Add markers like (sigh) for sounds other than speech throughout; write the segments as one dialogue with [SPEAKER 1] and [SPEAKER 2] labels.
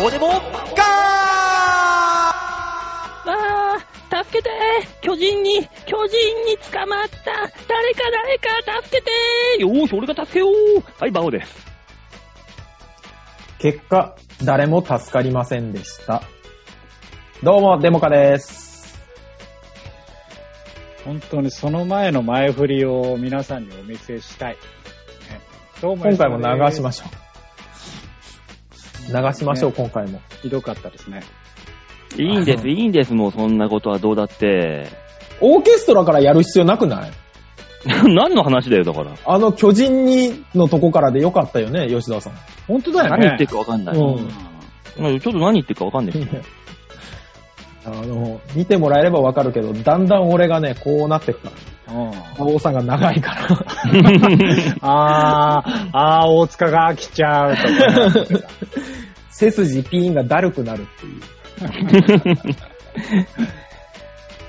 [SPEAKER 1] どうでもガ
[SPEAKER 2] あー、助けて巨人に、巨人に捕まった誰か誰か助けてよーし、俺が助けようはい、バオです。
[SPEAKER 3] 結果、誰も助かりませんでした。どうも、デモカです。
[SPEAKER 4] 本当にその前の前振りを皆さんにお見せしたい。ねどうも
[SPEAKER 3] 今回も流しま
[SPEAKER 4] し
[SPEAKER 3] しょう。流しましょう、今回も。
[SPEAKER 4] た。ひどかったですね。
[SPEAKER 1] ーいいんです、いいんです、もうそんなことはどうだって。 (laughs)
[SPEAKER 3] オーケストラからやる必要なくない
[SPEAKER 1] 何の話だよ、だから。
[SPEAKER 3] あの巨人にのとこからでよかったよね、吉田さん。 (laughs)
[SPEAKER 4] 本当だよね。
[SPEAKER 1] 何言ってるかわかんない。
[SPEAKER 3] う
[SPEAKER 1] うんんちょっと何言ってるかわかん (laughs) ない。
[SPEAKER 3] あの、見てもらえればわかるけど、だんだん俺がね、こうなってくから。
[SPEAKER 4] うん
[SPEAKER 3] 馬王さんが長いから。
[SPEAKER 4] あー、あー、大塚が飽きちゃうとかね
[SPEAKER 3] 背筋ピーンがだるくなるっていう。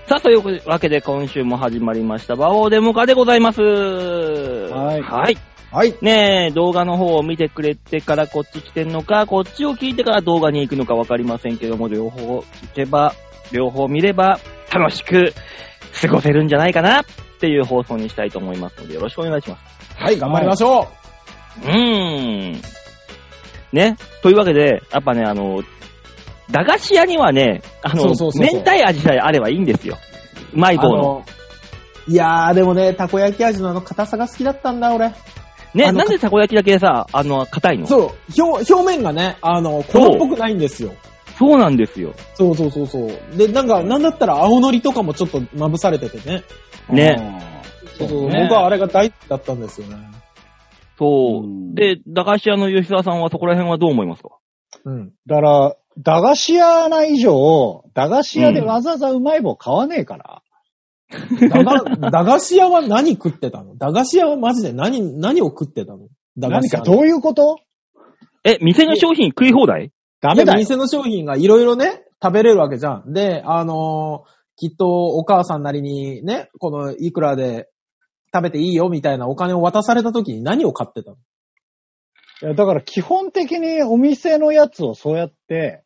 [SPEAKER 1] さあ、というわけで今週も始まりました、バオーデモカでございます。はいはい。
[SPEAKER 3] はい。
[SPEAKER 1] ねえ、動画の方を見てくれてからこっち来てんのか、こっちを聞いてから動画に行くのかわかりませんけども、両方聞けば、両方見れば、楽しく過ごせるんじゃないかなっていう放送にしたいと思いますので、よろしくお願いします。
[SPEAKER 3] はい、頑張りましょう、
[SPEAKER 1] うーん。ね。というわけで、やっぱね、あの、駄菓子屋にはね、あの、
[SPEAKER 3] そうそうそうそう
[SPEAKER 1] 明太味さえあればいいんですよ。うまい棒
[SPEAKER 3] あ
[SPEAKER 1] の。
[SPEAKER 3] の、いやー、でもね、たこ焼き味のあの硬さが好きだったんだ、俺。
[SPEAKER 1] ね、
[SPEAKER 3] あの
[SPEAKER 1] なんでたこ焼きだけさ、あの、硬いのそう
[SPEAKER 3] そう、表、表面がね、あの、
[SPEAKER 1] そう
[SPEAKER 3] 粉っぽくないんですよ。
[SPEAKER 1] なんですよ。
[SPEAKER 3] そうそうそうそう。で、なんか、なんだったら青のりとかもちょっとまぶされてて (laughs) ね。
[SPEAKER 4] うん
[SPEAKER 1] ね。
[SPEAKER 3] そうそう
[SPEAKER 4] ね
[SPEAKER 3] 僕はあれが大好きだったんですよね。
[SPEAKER 1] そうう。
[SPEAKER 4] ん
[SPEAKER 1] で、駄菓子屋の吉沢さんはそこら辺はどう思いますか
[SPEAKER 3] うん。
[SPEAKER 4] だから、駄菓子屋な以上、駄菓子屋でわざわざうまい棒買わねえから。
[SPEAKER 3] だが、 (laughs) 駄菓子屋は何食ってたの駄菓子屋はマジで何、何を食ってたの駄菓
[SPEAKER 4] 何
[SPEAKER 3] 子
[SPEAKER 4] か
[SPEAKER 3] 屋
[SPEAKER 4] どういうこと
[SPEAKER 1] え、店の商品食い放題
[SPEAKER 4] ダメだ
[SPEAKER 3] いや
[SPEAKER 4] よ。
[SPEAKER 3] 店の商品がいろいろね、食べれるわけじゃん。で、あのーきっとお母さんなりにね、このいくらで食べていいよみたいなお金を渡された時に何を買ってたの
[SPEAKER 4] いやだから基本的にお店のやつをそうやって、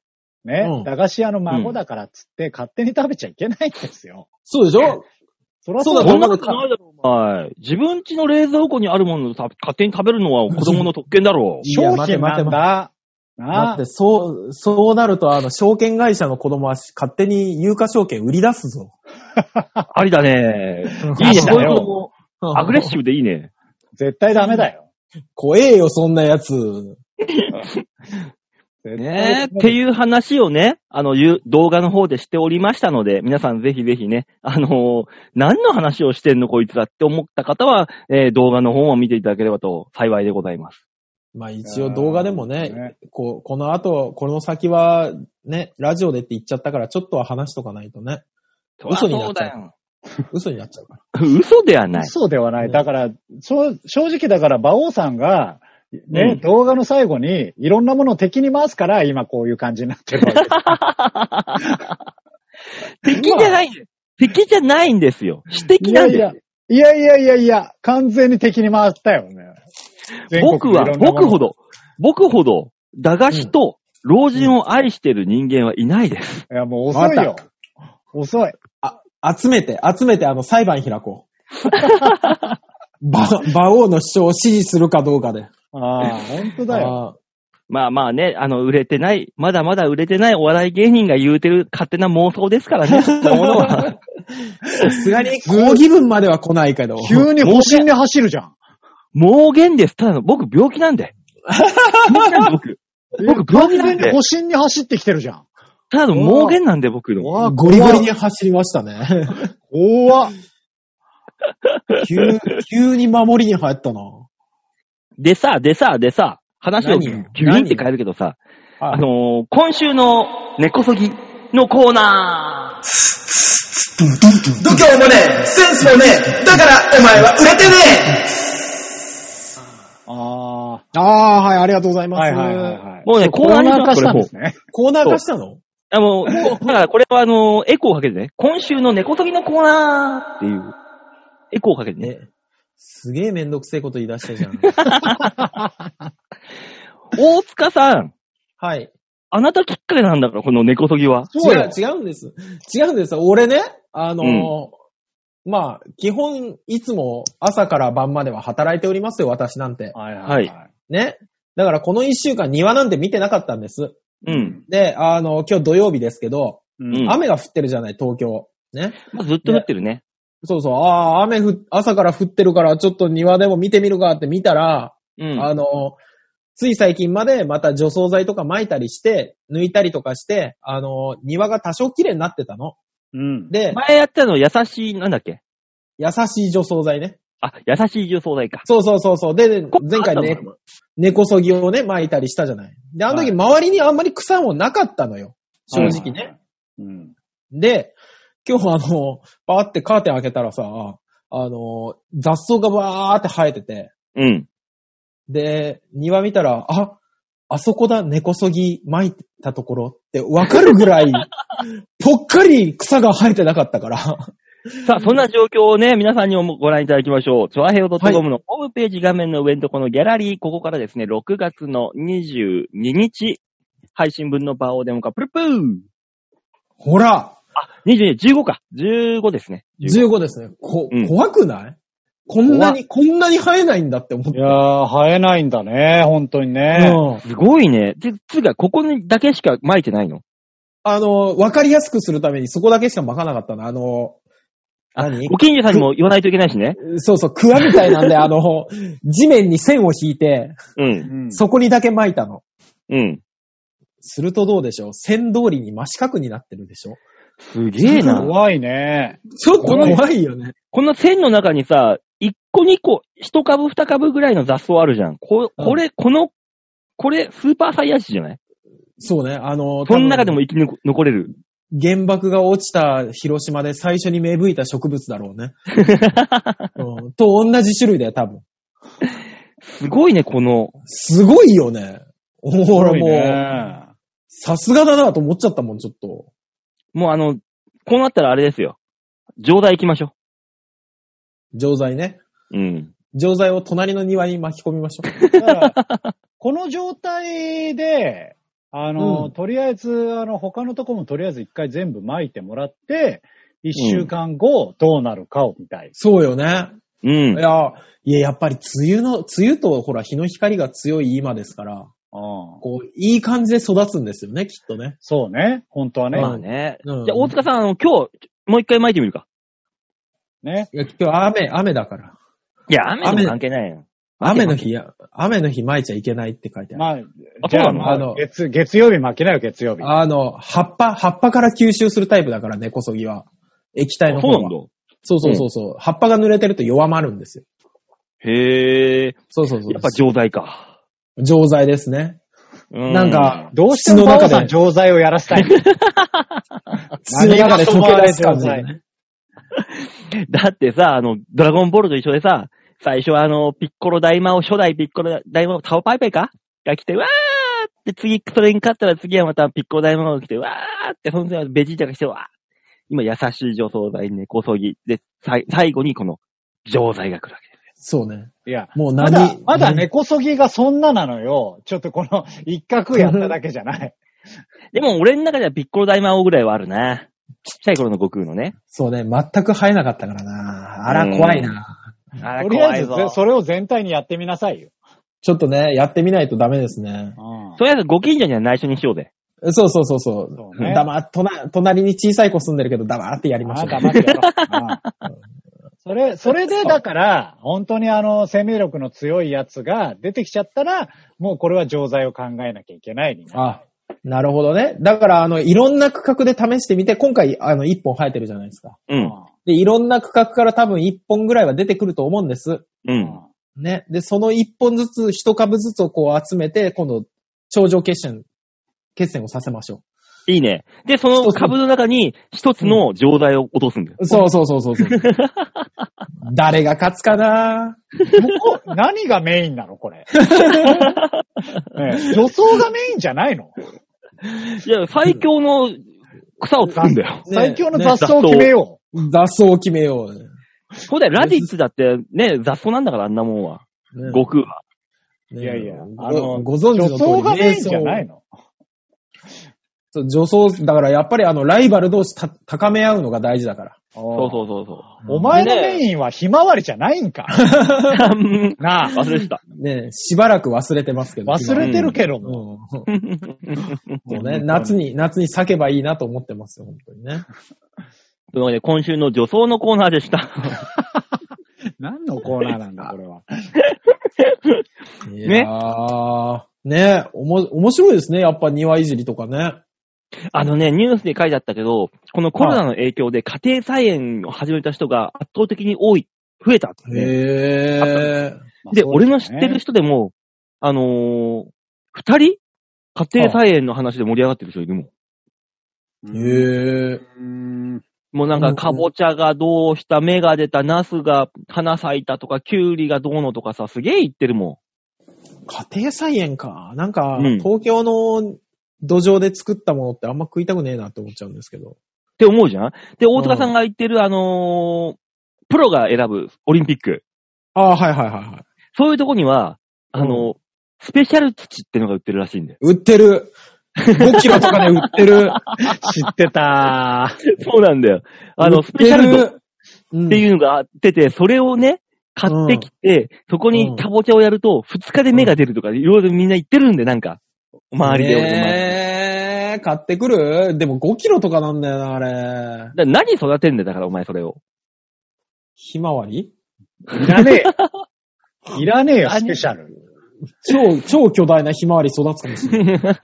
[SPEAKER 4] ね、
[SPEAKER 3] うん
[SPEAKER 4] 駄菓子屋の孫だからっつって勝手に食べちゃいけないんですよ。
[SPEAKER 3] そうでしょ
[SPEAKER 4] そら
[SPEAKER 3] そうだ
[SPEAKER 1] そん
[SPEAKER 3] と
[SPEAKER 1] な
[SPEAKER 3] 思う
[SPEAKER 1] ことないだろ、お前。自分家の冷蔵庫にあるものをさ勝手に食べるのは子供の特権だろ
[SPEAKER 3] いや
[SPEAKER 4] 商
[SPEAKER 3] 待て
[SPEAKER 4] 品
[SPEAKER 3] 待
[SPEAKER 4] な
[SPEAKER 3] て
[SPEAKER 4] んだ。
[SPEAKER 3] だっ
[SPEAKER 4] なあ
[SPEAKER 3] て、そう、そうなると、あの、証券会社の子供は勝手に有価証券売り出すぞ。
[SPEAKER 1] う。ありだね。いい
[SPEAKER 4] い
[SPEAKER 1] ね、
[SPEAKER 4] い
[SPEAKER 1] そう
[SPEAKER 4] だ
[SPEAKER 1] いうの
[SPEAKER 4] よ。
[SPEAKER 1] もアグレッシブでいいね。
[SPEAKER 4] 絶対ダメだよ。
[SPEAKER 3] 怖えよ、そんなやつ。
[SPEAKER 4] 絶対
[SPEAKER 1] ねえ、っていう話をね、あの、ゆ動画の方でしておりましたので、皆さんぜひぜひね、あのー何の話をしてんのこいつらって思った方は、えー動画の方を見ていただければと幸いでございます。
[SPEAKER 3] まあ一応動画でもね、。こう、この後、この先は、ね、ラジオでって言っちゃったから、ちょっとは話しとかないとね、嘘になっちゃ
[SPEAKER 1] そうだ
[SPEAKER 3] う
[SPEAKER 1] よ。
[SPEAKER 3] 嘘になっちゃうから。
[SPEAKER 1] 嘘ではない。
[SPEAKER 4] そうではな
[SPEAKER 3] う
[SPEAKER 4] い。
[SPEAKER 3] ん
[SPEAKER 4] だから、そう正直だから、馬王さんが、ね、
[SPEAKER 1] うん
[SPEAKER 4] 動画の最後に、いろんなものを敵に回すから、今こういう感じになってるわけです。
[SPEAKER 1] 敵じゃないんです。敵じゃないんですよ。指摘
[SPEAKER 4] い
[SPEAKER 1] な
[SPEAKER 4] や
[SPEAKER 1] ん
[SPEAKER 4] い
[SPEAKER 1] ですよ
[SPEAKER 4] や、いやいやいやいや、完全に敵に回ったよね。
[SPEAKER 1] 僕は、僕ほ
[SPEAKER 4] ど。
[SPEAKER 1] ど、僕ほど、駄菓子と老人を愛してる人間はいないです。
[SPEAKER 4] いや、もう遅いよ。遅い。
[SPEAKER 3] 集めて、集めて、あの、裁判開こう。ば、馬王の主張を支持するかどうかで。
[SPEAKER 4] ああ、本当だよ。
[SPEAKER 3] あー
[SPEAKER 1] まあまあね、あの、売れてない、まだまだ売れてないお笑い芸人が言うてる勝手な妄想ですから (laughs) ね、そんなものは。
[SPEAKER 3] さすがに、抗議文までは来ないけど。
[SPEAKER 4] 急に保身で走るじゃん。
[SPEAKER 1] 妄言です。ただの、僕病気なん (laughs) で。病気なんで僕。僕病気
[SPEAKER 4] 完
[SPEAKER 1] な
[SPEAKER 4] 全
[SPEAKER 1] ん
[SPEAKER 4] に
[SPEAKER 1] で
[SPEAKER 4] 保。身に走ってきてるじゃん。
[SPEAKER 1] ただの妄言なんで僕の。
[SPEAKER 4] わ
[SPEAKER 3] (laughs)
[SPEAKER 4] あ
[SPEAKER 3] ゴリゴリに走りましたね。
[SPEAKER 4] 怖っ。
[SPEAKER 3] 急、急に守りに入ったな。
[SPEAKER 1] でさ、でさ、でさ、話を
[SPEAKER 3] 何
[SPEAKER 1] 急
[SPEAKER 3] よ
[SPEAKER 1] にって変えるけどさ、
[SPEAKER 3] はい
[SPEAKER 1] あのー今週の根こそぎのコーナー。
[SPEAKER 5] 度胸もねえ、センスもねえ、だからお前は売れてね
[SPEAKER 4] あ
[SPEAKER 3] ああ、はい、ありがとうござい
[SPEAKER 4] あ。
[SPEAKER 3] ます。
[SPEAKER 4] はいはいはいはい。
[SPEAKER 1] もうね、コーナーにします、これもう。
[SPEAKER 4] ね。
[SPEAKER 3] コーナー化したの
[SPEAKER 1] あ、もう、もう、だからこれはあの、エコーをかけてね、今週の猫とぎのコーナーっていう、エコーをかけてね、
[SPEAKER 3] え、すげえめんどくせえこと言い
[SPEAKER 4] (laughs)
[SPEAKER 3] 出してるじゃん。
[SPEAKER 1] 大塚さん、
[SPEAKER 3] はい。
[SPEAKER 1] あなたきっかけなんだから、この根こそぎは。
[SPEAKER 4] そう
[SPEAKER 3] 違
[SPEAKER 4] よ
[SPEAKER 3] う、。違うんです。違うんです。俺ね、あのーまあ、基本、いつも朝から晩までは働いておりますよ、私なんて。
[SPEAKER 4] はい
[SPEAKER 1] はい
[SPEAKER 3] ね。だからこの一週間庭なんて見てなかったんです。
[SPEAKER 1] うん。
[SPEAKER 3] で、あの、今日土曜日ですけど、
[SPEAKER 1] うん
[SPEAKER 3] 雨が降ってるじゃない、東京。ね。
[SPEAKER 1] まあ、ずっと降ってるね。
[SPEAKER 3] そうそう、ああ、雨ふ、朝から降ってるから、ちょっと庭でも見てみるかって見たら、
[SPEAKER 1] うん。
[SPEAKER 3] あの、つい最近までまた除草剤とか撒いたりして、抜いたりとかして、あの、庭が多少綺麗になってたの。
[SPEAKER 4] うん。
[SPEAKER 3] で、
[SPEAKER 1] 前やったの優しい、なんだっけ
[SPEAKER 3] 優しい除草剤ね。
[SPEAKER 1] あ、優しい重曹剤か。
[SPEAKER 3] そうそうそうそう。で、で
[SPEAKER 1] こ
[SPEAKER 3] 前回
[SPEAKER 1] あ
[SPEAKER 3] ね
[SPEAKER 1] った、の
[SPEAKER 3] 根こそぎをね、巻いたりしたじゃない。で、あの時周りにあんまり草もなかったのよ。正直ね。
[SPEAKER 4] うん。
[SPEAKER 3] で、今日あの、バーってカーテン開けたらさ、あの、雑草がバーって生えてて、
[SPEAKER 1] うん。
[SPEAKER 3] で、庭見たら、あ、あそこだ、根こそぎ巻いたところってわかるぐらい、ぽっかり草が生えてなかったから。
[SPEAKER 1] (laughs) さあ、そんな状況をね、皆さんにもご覧いただきましょう。チョアヘオ .com のホームページ画面の上のところのギャラリー、ここからですね、6月の22日、配信分の場をデモか、プルプー
[SPEAKER 3] ほら、
[SPEAKER 1] !22、15か。15ですね。15
[SPEAKER 3] 15ですね。こ、
[SPEAKER 1] うん
[SPEAKER 3] 怖くないこんなに、こんなに生えないんだって思っ
[SPEAKER 4] いやー、生えないんだね、本当に
[SPEAKER 3] た。
[SPEAKER 4] ね。
[SPEAKER 3] うん
[SPEAKER 1] すごいね。て、つうか、ここにだけしか巻いてないの。
[SPEAKER 3] あの、わかりやすくするためにそこだけしか巻かなかったな。あの、
[SPEAKER 1] あ
[SPEAKER 3] 何
[SPEAKER 1] ご近所さんにも言わないといけないしね。
[SPEAKER 3] そうそう、クワみたいなんで、あの、地面に線を引いて、
[SPEAKER 1] うん。
[SPEAKER 4] うん
[SPEAKER 3] そこにだけ巻いたの。
[SPEAKER 1] うん。
[SPEAKER 3] するとどうでしょう線通りに真四角になってるでしょ
[SPEAKER 1] すげえな。
[SPEAKER 4] 怖いね。
[SPEAKER 3] ちょっと怖いよね。
[SPEAKER 1] この線の中にさ、1個2個、1株2株ぐらいの雑草あるじゃん。こ、これ、この、これ、スーパーサイヤ人じゃない
[SPEAKER 3] そうね、あの、
[SPEAKER 1] その中でも
[SPEAKER 3] 多分
[SPEAKER 1] 生き残残れる。
[SPEAKER 3] 原爆が落ちた広島で最初に芽吹いた植物だろうね。うんと同じ種類だよ、多分。
[SPEAKER 1] すごいね、この。
[SPEAKER 3] すごいよね。ほら
[SPEAKER 4] すごい
[SPEAKER 3] もう、
[SPEAKER 4] ね
[SPEAKER 3] さすがだなと思っちゃったもん、ちょっと。
[SPEAKER 1] もうあの、こうなったらあれですよ。上代行きましょ
[SPEAKER 3] 錠剤ね。
[SPEAKER 1] う。うん。
[SPEAKER 3] 錠剤を隣の庭に巻き込みましょ
[SPEAKER 4] (laughs)
[SPEAKER 3] う。
[SPEAKER 4] だからこの状態で、あの、
[SPEAKER 3] うん
[SPEAKER 4] とりあえず、あの、他のとこもとりあえず一回全部巻いてもらって、一週間後、どうなるかを見たい。
[SPEAKER 3] そうよね。
[SPEAKER 1] うん
[SPEAKER 3] い。や、いや、やっぱり梅雨の、梅雨とほら日の光が強い今ですから、
[SPEAKER 4] うん
[SPEAKER 3] こう、いい感じで育つんですよね、きっとね。
[SPEAKER 4] そうね。本当はね。
[SPEAKER 1] まあね。
[SPEAKER 3] うん
[SPEAKER 1] じゃあ、大塚さん、あの、今日、もう一回巻いてみるか。
[SPEAKER 4] ね。
[SPEAKER 3] いや、今日雨、雨だから。
[SPEAKER 1] いや、雨でも関係ないよ。
[SPEAKER 3] 雨の日や、雨の日撒いちゃいけないって書いてある。
[SPEAKER 4] まあ、
[SPEAKER 1] あ
[SPEAKER 4] じゃ
[SPEAKER 1] そ
[SPEAKER 4] あ、
[SPEAKER 1] うなの
[SPEAKER 4] ま
[SPEAKER 3] あの
[SPEAKER 4] あ、月、月曜日巻けないよ、月曜日。
[SPEAKER 3] あの、葉っぱ、葉っぱから吸収するタイプだから、根こそぎは。液体の
[SPEAKER 1] そ
[SPEAKER 3] 方
[SPEAKER 1] う
[SPEAKER 3] は。
[SPEAKER 1] なんだ。
[SPEAKER 3] そうそうそうそう、葉っぱが濡れてると弱まるんですよ。
[SPEAKER 1] へえ。
[SPEAKER 3] そうそうそう。
[SPEAKER 1] やっぱ上代か。
[SPEAKER 3] 錠剤ですね。
[SPEAKER 1] う
[SPEAKER 3] なん、か、
[SPEAKER 4] どうしても、
[SPEAKER 3] 土の
[SPEAKER 4] 馬王
[SPEAKER 3] 中
[SPEAKER 4] さん、
[SPEAKER 3] で、
[SPEAKER 4] 錠剤をやらせ
[SPEAKER 3] (laughs)
[SPEAKER 4] たい。
[SPEAKER 3] 土の中で溶け出す感じ、
[SPEAKER 4] 何がそこまで錠
[SPEAKER 3] ね。
[SPEAKER 1] (laughs) だってさ、あの、ドラゴンボールと一緒でさ、最初はあの、ピッコロ大魔王、初代ピッコロ大魔王、タオパイパイかが来て、わーって次、それに勝ったら次はまたピッコロ大魔王が来て、わーって、その次はベジータが来て、わー今、優しい除草剤、根こそぎ。で、さい最後にこの、錠剤が来るわけです。
[SPEAKER 3] そうね。
[SPEAKER 4] いや、
[SPEAKER 3] もう
[SPEAKER 4] ま
[SPEAKER 3] 何
[SPEAKER 4] だ、まだ
[SPEAKER 3] 何
[SPEAKER 4] 根こそぎがそんななのよ。ちょっとこの、一角やっただけじゃない。
[SPEAKER 1] でも、俺の中ではピッコロ大魔王ぐらいはあるな。ちっちゃい頃の悟空のね。
[SPEAKER 3] そうね、全く生えなかったからな。あら、怖いな。
[SPEAKER 1] あ
[SPEAKER 4] とりあえず、ぜそれを全体にやってみなさいよ。
[SPEAKER 3] ちょっとね、やってみないとダメですね。
[SPEAKER 1] とりあえず、ご近所には内緒にしようぜ。
[SPEAKER 3] そうそうそうそう。
[SPEAKER 4] そうね
[SPEAKER 3] 黙っ、隣隣に小さい子住んでるけど、黙ってやりまし
[SPEAKER 4] あ
[SPEAKER 3] ょ
[SPEAKER 4] あ、
[SPEAKER 3] う。
[SPEAKER 4] 黙ってやろう。うんそれ、それでだから、本当にあの、生命力の強いやつが出てきちゃったら、もうこれは錠剤を考えなきゃいけないになる
[SPEAKER 3] あ、なるほどね。だから、あの、いろんな区画で試してみて、今回、あの、1本生えてるじゃないですか。
[SPEAKER 1] うん。
[SPEAKER 3] で、いろんな区画から多分1本ぐらいは出てくると思うんです。
[SPEAKER 1] う。
[SPEAKER 4] うんん
[SPEAKER 3] ね。で、その1本ずつ、1株ずつをこう集めて、今度、頂上決戦、決戦をさせましょ
[SPEAKER 1] いいね。で、その株の中に一つの錠剤を落とすんだよ。
[SPEAKER 3] う。そうそうそうそう
[SPEAKER 4] (laughs)
[SPEAKER 3] そう。誰が勝つかな
[SPEAKER 4] どこ何がメインなのこ (laughs) れ。ね女装がメインじゃないの
[SPEAKER 1] いや、最強の草を作るんだよ。
[SPEAKER 3] ね
[SPEAKER 4] 最強の雑草を決めよ
[SPEAKER 3] 雑草を決めよう。
[SPEAKER 1] そうだよ、ラディッツだってね、雑草なんだから、あんなもんは。
[SPEAKER 3] ね
[SPEAKER 1] 悟空は。
[SPEAKER 4] う。
[SPEAKER 3] ね
[SPEAKER 4] いやいや、
[SPEAKER 3] ご
[SPEAKER 4] あの、
[SPEAKER 3] ご存知
[SPEAKER 4] 女
[SPEAKER 3] の通り
[SPEAKER 4] 装がメインじゃないの
[SPEAKER 3] そう女装、だからやっぱりあの、ライバル同士た高め合うのが大事だから。
[SPEAKER 1] そ
[SPEAKER 4] そう
[SPEAKER 1] そうそう (laughs) そう。
[SPEAKER 4] お前のメインはひまわりじゃないんか。
[SPEAKER 1] うん
[SPEAKER 4] なあ。
[SPEAKER 1] 忘れてた。
[SPEAKER 3] ねえしばらく忘れてますけど。
[SPEAKER 4] (laughs) 忘れてるけど
[SPEAKER 3] う
[SPEAKER 4] (laughs)
[SPEAKER 3] ん。
[SPEAKER 4] も。
[SPEAKER 3] もうね、夏に、夏に咲けばいいなと思ってますよ、本当にね。
[SPEAKER 1] というわけで、今週の女装のコーナーでした。 (laughs)
[SPEAKER 4] 何のコーナーなんだ、これ (laughs) は。
[SPEAKER 3] いやーねえ、おも、面白いですね、やっぱ庭いじりとかね。
[SPEAKER 1] あのね、ニュースで書いてあったけど、このコロナの影響で家庭菜園を始めた人が圧倒的に多い、増えたってね、
[SPEAKER 3] へえ。
[SPEAKER 4] まあ
[SPEAKER 1] で、俺の知っ
[SPEAKER 4] そうだ
[SPEAKER 1] て
[SPEAKER 4] よ
[SPEAKER 1] る
[SPEAKER 4] ね
[SPEAKER 1] 人でも、あのー、二人家庭菜園の話で盛り上がってる人いるもん。
[SPEAKER 3] へえ。
[SPEAKER 4] うん
[SPEAKER 1] もうなん
[SPEAKER 3] うんう
[SPEAKER 1] か、か
[SPEAKER 3] ん
[SPEAKER 1] ぼちゃがどうした、芽が出た、ナスが花咲いたとか、キュウリがどうのとかさ、すげえ言ってるも
[SPEAKER 3] 家庭菜園か。なんか、
[SPEAKER 1] うん
[SPEAKER 3] 東京の土壌で作ったものってあんま食いたくねえなって思っちゃうんですけど。
[SPEAKER 1] ん。って思うじゃんで、大塚さんが言ってる、あのー、プロが選ぶオリンピック。
[SPEAKER 3] ああ、はいはいはいはい。
[SPEAKER 1] そういうとこには、あのー、スペシャル土ってのが売ってるらしいんだよ。
[SPEAKER 3] 売ってる。5キロとかで売ってる。
[SPEAKER 4] 知ってたー。
[SPEAKER 1] (laughs) そうなんだよ。あ
[SPEAKER 3] 売
[SPEAKER 1] の、
[SPEAKER 3] っ
[SPEAKER 1] スペシ
[SPEAKER 3] て
[SPEAKER 1] ャル土っ
[SPEAKER 3] る。うん
[SPEAKER 1] ていうのがあってて、それをね、買ってきて、そこにかぼちゃをやると、2日で芽が出るとか、いろいろみんな言ってるんで、なんか、周りで。
[SPEAKER 3] ねえ、買ってくるでも5キロとかなんだよな、あれ。
[SPEAKER 1] だ何育てんだよ、だからお前それを。
[SPEAKER 3] ひまわり
[SPEAKER 4] いらね (laughs) え。いらねえよ、スペシャル。
[SPEAKER 3] 超、超巨大なひまわり育つかもしれない。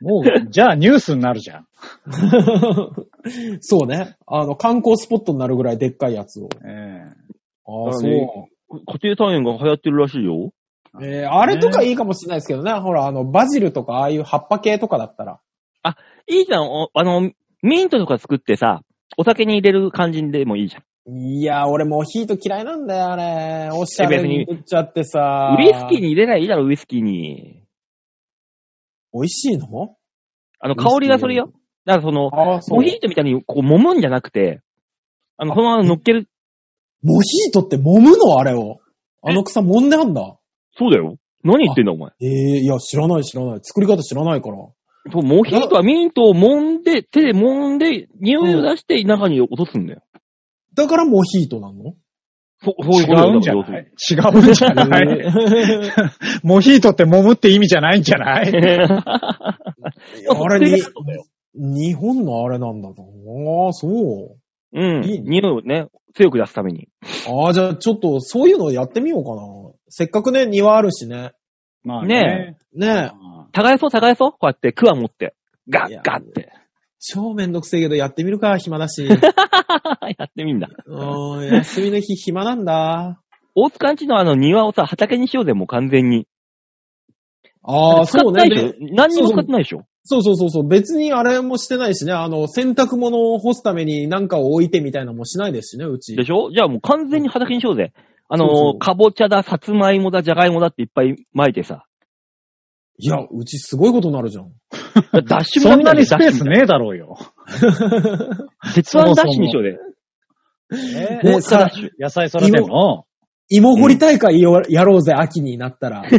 [SPEAKER 4] もう、じゃあニュースになるじゃん。
[SPEAKER 1] (laughs)
[SPEAKER 3] そうね。あの、観光スポットになるぐらいでっかいやつを。
[SPEAKER 4] え
[SPEAKER 3] ああ、
[SPEAKER 1] だ
[SPEAKER 3] そ
[SPEAKER 1] からね
[SPEAKER 3] う。
[SPEAKER 1] 家庭菜園が流行ってるらしいよ。
[SPEAKER 3] えー、あれとかいいかもしれないですけどね。ほら、あの、バジルとか、ああいう葉っぱ系とかだったら。
[SPEAKER 1] いいじゃん。おあの、ミントとか作ってさ、お酒に入れる感じでもいいじゃん。
[SPEAKER 3] いやー、俺もうヒート嫌いなんだよ、あれ。おしゃ
[SPEAKER 1] え
[SPEAKER 3] れ
[SPEAKER 1] 別に
[SPEAKER 3] に売っちゃってさ。
[SPEAKER 1] ウイスキーに入れないいだろ、ウイスキーに。
[SPEAKER 3] 美味しいの
[SPEAKER 1] あの、香りがそれよ。だからその、
[SPEAKER 3] ああ、そう
[SPEAKER 1] モ。ヒートみたいにこう揉むんじゃなくて、あの、そのまま乗っける。
[SPEAKER 3] モヒートって揉むのあれを。あの草揉んであんだ。
[SPEAKER 1] そうだよ。何言ってんだ、お前。
[SPEAKER 3] えー、いや、知らない知らない。作り方知らないから。
[SPEAKER 1] そうモヒートはミントを揉んで、手で揉んで、匂いを出して中に落とすんだよ。
[SPEAKER 3] だからモヒートなの
[SPEAKER 1] そ
[SPEAKER 4] え
[SPEAKER 1] そういう
[SPEAKER 4] 違
[SPEAKER 1] ことだ
[SPEAKER 4] うんじゃ
[SPEAKER 1] よ
[SPEAKER 4] ない違うんじゃない (laughs) モヒートって揉むって意味じゃないんじゃな
[SPEAKER 1] 要
[SPEAKER 4] い
[SPEAKER 1] するに
[SPEAKER 3] いやあれに、日本のあれなんだと。ああ、そう。
[SPEAKER 1] (laughs) うん。
[SPEAKER 3] いいね
[SPEAKER 1] 匂いをね、強く出すために。
[SPEAKER 3] ああ、じゃあちょっと、そういうのやってみようかな。せっかくね、庭あるしね。
[SPEAKER 4] ま
[SPEAKER 1] ね
[SPEAKER 3] ねえ。
[SPEAKER 1] 耕そう、耕そう。こうやって、クワ持って。ガ
[SPEAKER 3] いや
[SPEAKER 1] ッガッって。
[SPEAKER 3] 超めんどくせえけど、やってみるか、暇だ
[SPEAKER 1] (laughs)
[SPEAKER 3] し。
[SPEAKER 1] やってみんだ。
[SPEAKER 3] うーん、休みの日暇なんだ。
[SPEAKER 1] 大塚んちのあの庭をさ、畑にしようぜ、もう完全に。
[SPEAKER 3] ああ、
[SPEAKER 1] 使って
[SPEAKER 3] そう
[SPEAKER 1] な
[SPEAKER 3] ね
[SPEAKER 1] い。でしょ何にも使ってないでしょ
[SPEAKER 3] そうそうそうそう。別にあれもしてないしね。あの、洗濯物を干すために何かを置いてみたいなのもしないですしね、うち。
[SPEAKER 1] でしょじゃあもう完全に畑にしようぜ。あのー
[SPEAKER 3] そうそう
[SPEAKER 1] かぼちゃだ、さつまいもだ、じゃがいもだっていっぱい巻いて
[SPEAKER 3] (laughs)
[SPEAKER 1] さ。
[SPEAKER 3] いや、うちすごいことになるじゃん。
[SPEAKER 1] ダッシュも
[SPEAKER 4] そんなにス
[SPEAKER 1] ダッ
[SPEAKER 4] ペー
[SPEAKER 1] シュ
[SPEAKER 4] スねえだろうよ。
[SPEAKER 1] 鉄腕ダッシュにしようぜ。
[SPEAKER 4] え
[SPEAKER 3] ねさ、
[SPEAKER 4] 野菜育てんの
[SPEAKER 3] 芋掘り大会をやろうぜ、秋にな
[SPEAKER 1] (laughs)
[SPEAKER 3] ったら。で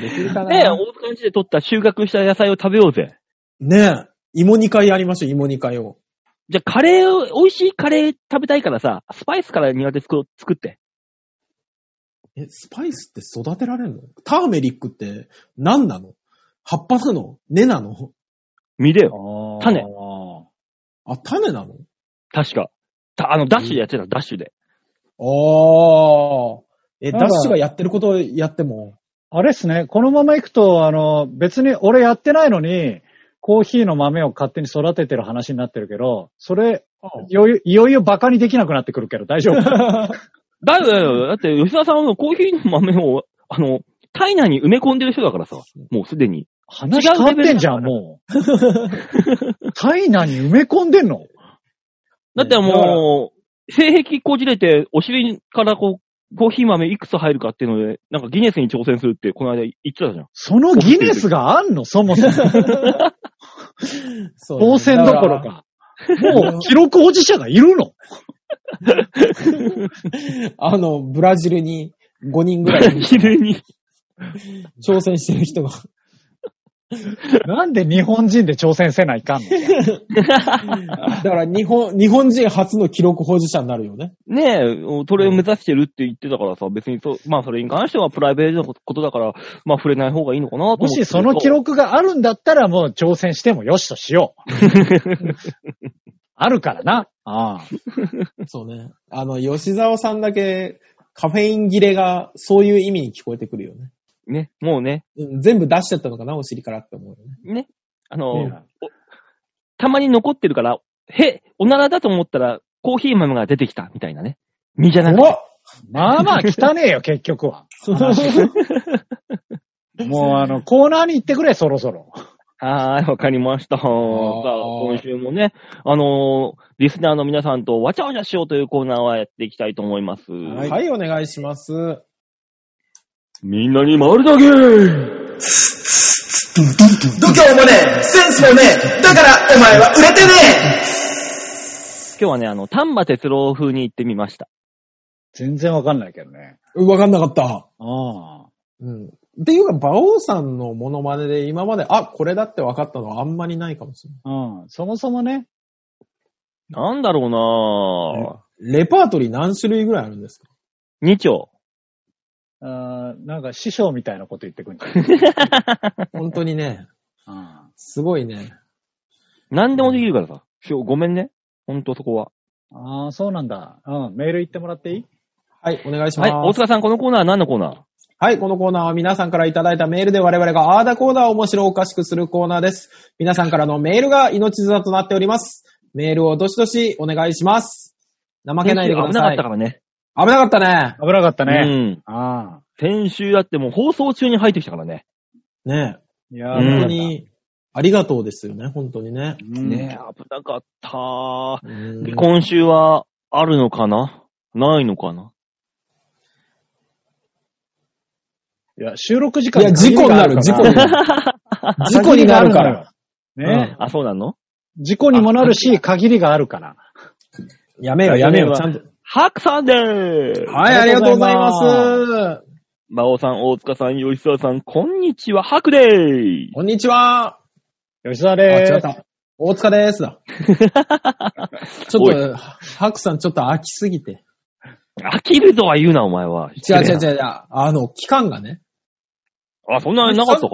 [SPEAKER 3] きるか
[SPEAKER 1] ねえ、
[SPEAKER 3] な
[SPEAKER 1] 大塚んちで取った収穫した野菜を食べようぜ。
[SPEAKER 3] ねえ。芋2回やりましょう、芋2回を。
[SPEAKER 1] じゃあカレーを、美味しいカレー食べたいからさ、スパイスから苦手作ろう作って。
[SPEAKER 3] え、スパイスって育てられるのターメリックって何なの葉っぱなの根なの
[SPEAKER 1] 見れよ。種
[SPEAKER 3] あ、種なの
[SPEAKER 1] 確か。たあの、ダッシュでやってた、ダッシュで。
[SPEAKER 3] ああ。え、
[SPEAKER 4] な
[SPEAKER 3] ダ
[SPEAKER 4] んか
[SPEAKER 3] ッシュがやってることをやっても。
[SPEAKER 4] あれっすね。このまま行くと、あの、別に俺やってないのに、コーヒーの豆を勝手に育ててる話になってるけど、それ、よいいよいよバカにできなくなってくるけど大丈夫
[SPEAKER 1] だよ、だよ、だって、吉田さんはコーヒーの豆を、あの、体内に埋め込んでる人だからさ、もうすでに。
[SPEAKER 4] 話変わってんじゃん、もう。 (laughs) 体内に埋め込んでんの
[SPEAKER 1] だってもう、性癖こじれて、お尻からこう、コーヒー豆いくつ入るかっていうので、なんかギネスに挑戦するって、この間言ってたじゃん。
[SPEAKER 4] そのギネスがあんのそもそも。
[SPEAKER 3] そう
[SPEAKER 4] 当選どころ。か。もう記録保持者がいるの
[SPEAKER 3] だからあの、ブラジルに5人ぐら
[SPEAKER 1] (laughs)
[SPEAKER 3] い
[SPEAKER 1] 昼に。
[SPEAKER 4] (laughs)
[SPEAKER 3] 挑戦してる人が。
[SPEAKER 4] なんで日本人で挑戦せないかんの
[SPEAKER 3] だから日本、日本人初の記録保持者になるよね。
[SPEAKER 1] ねえ、それを目指してるって言ってたからさ、別にそ、まあそれに関してはプライベートなことだから、まあ触れない方がいいのかなと思って。
[SPEAKER 4] もしその記録があるんだったらもう挑戦してもよしとしよ
[SPEAKER 1] (laughs)
[SPEAKER 4] う。あるからな。ああ。
[SPEAKER 3] そうね。あの、吉沢さんだけカフェイン切れがそういう意味に聞こえてくるよね。
[SPEAKER 1] ね、もうね、
[SPEAKER 3] うん全部出しちゃったのかな、お尻からって思うよね。
[SPEAKER 1] ね、あの、たまに残ってるから、へ、おならだと思ったら、コーヒー豆が出てきた、みたいなね。身じゃなくて。
[SPEAKER 4] まあまあ汚ねえよ、結局は。もうあの、コーナーに行ってくれ、そろそろ。
[SPEAKER 1] はーい、わかりました。さあ、今週もね、あのーリスナーの皆さんとわちゃわちゃしようというコーナーはやっていきたいと思います。
[SPEAKER 3] はい、
[SPEAKER 1] い。
[SPEAKER 3] お願いします。
[SPEAKER 1] みんなに丸投げ
[SPEAKER 5] 度胸もねえ、センスもねえ、だからお前は売れてね
[SPEAKER 1] 今日はね、あの、丹波哲郎風に行ってみました。
[SPEAKER 4] 全然わかんないけどね。
[SPEAKER 3] うんわかんなかった。
[SPEAKER 4] ああ。
[SPEAKER 3] うん。っていうか、馬王さんのモノマネで今まで、あ、これだって分かったのはあんまりないかもしれ
[SPEAKER 4] うん。そもそもね、
[SPEAKER 1] なんだろうなぁ
[SPEAKER 3] な。い。レパートリー何種類ぐらいあるんですか (laughs)
[SPEAKER 1] 二丁。 (laughs)
[SPEAKER 4] あーなんか師匠みたいなこと言ってくんじゃない
[SPEAKER 3] 本当にね、
[SPEAKER 4] あ
[SPEAKER 3] すごいね。
[SPEAKER 1] 何でもできるからさ。しょごめんね。ほんとそこは。
[SPEAKER 4] あー、そうなんだ。うん。メール言ってもらっていい
[SPEAKER 3] はい、お願いしま
[SPEAKER 1] はい、
[SPEAKER 3] す。
[SPEAKER 1] 大塚さん、このコーナーは何のコーナー
[SPEAKER 3] はい、このコーナーは皆さんからいただいたメールで我々があーだこーだを面白おかしくするコーナーです。皆さんからのメールが命綱となっております。メールをどしどしお願いします。怠けないでください。
[SPEAKER 1] 危なかったからね。
[SPEAKER 3] 危なかったね。
[SPEAKER 4] 危なかった
[SPEAKER 1] う
[SPEAKER 4] ね。
[SPEAKER 1] ん。
[SPEAKER 4] ああ。
[SPEAKER 1] 先週だってもう放送中に入ってきたからね。
[SPEAKER 3] ね
[SPEAKER 4] いや
[SPEAKER 1] う
[SPEAKER 4] ー、
[SPEAKER 1] ん
[SPEAKER 3] 本
[SPEAKER 4] 本
[SPEAKER 3] 当
[SPEAKER 4] 当に。
[SPEAKER 3] に、ありがとうですよね、本当にね。
[SPEAKER 4] うん
[SPEAKER 1] ねえ、危なかった。
[SPEAKER 3] うん
[SPEAKER 1] 今週はあるのかなないのかない
[SPEAKER 4] や、収録時
[SPEAKER 3] い
[SPEAKER 4] 間
[SPEAKER 3] や、事故になる、事故になる。事故になるから。。
[SPEAKER 4] ね、
[SPEAKER 1] あ、そうなの
[SPEAKER 4] 事故にもなるし、限りがあるから。
[SPEAKER 3] やめよ、やめよ、
[SPEAKER 1] それ
[SPEAKER 3] ちゃ
[SPEAKER 1] は
[SPEAKER 3] んと。
[SPEAKER 1] ハクさんでーす
[SPEAKER 3] はい、ありがとうございます。
[SPEAKER 1] 馬王さん、大塚さん、吉沢さん、こんにちは、ハクでー
[SPEAKER 3] こんにちは。
[SPEAKER 4] 吉沢
[SPEAKER 3] あ、
[SPEAKER 4] で
[SPEAKER 3] 違っ
[SPEAKER 4] ーす。
[SPEAKER 3] た。大塚です
[SPEAKER 4] (laughs)
[SPEAKER 3] だ。ちょ
[SPEAKER 1] お
[SPEAKER 3] っと、ハクさんちょっと飽きすぎて。
[SPEAKER 1] 飽きるとは言うな、お前は。
[SPEAKER 3] 違う違う違う違う。あの、期間がね。
[SPEAKER 1] あ、そんなになかったか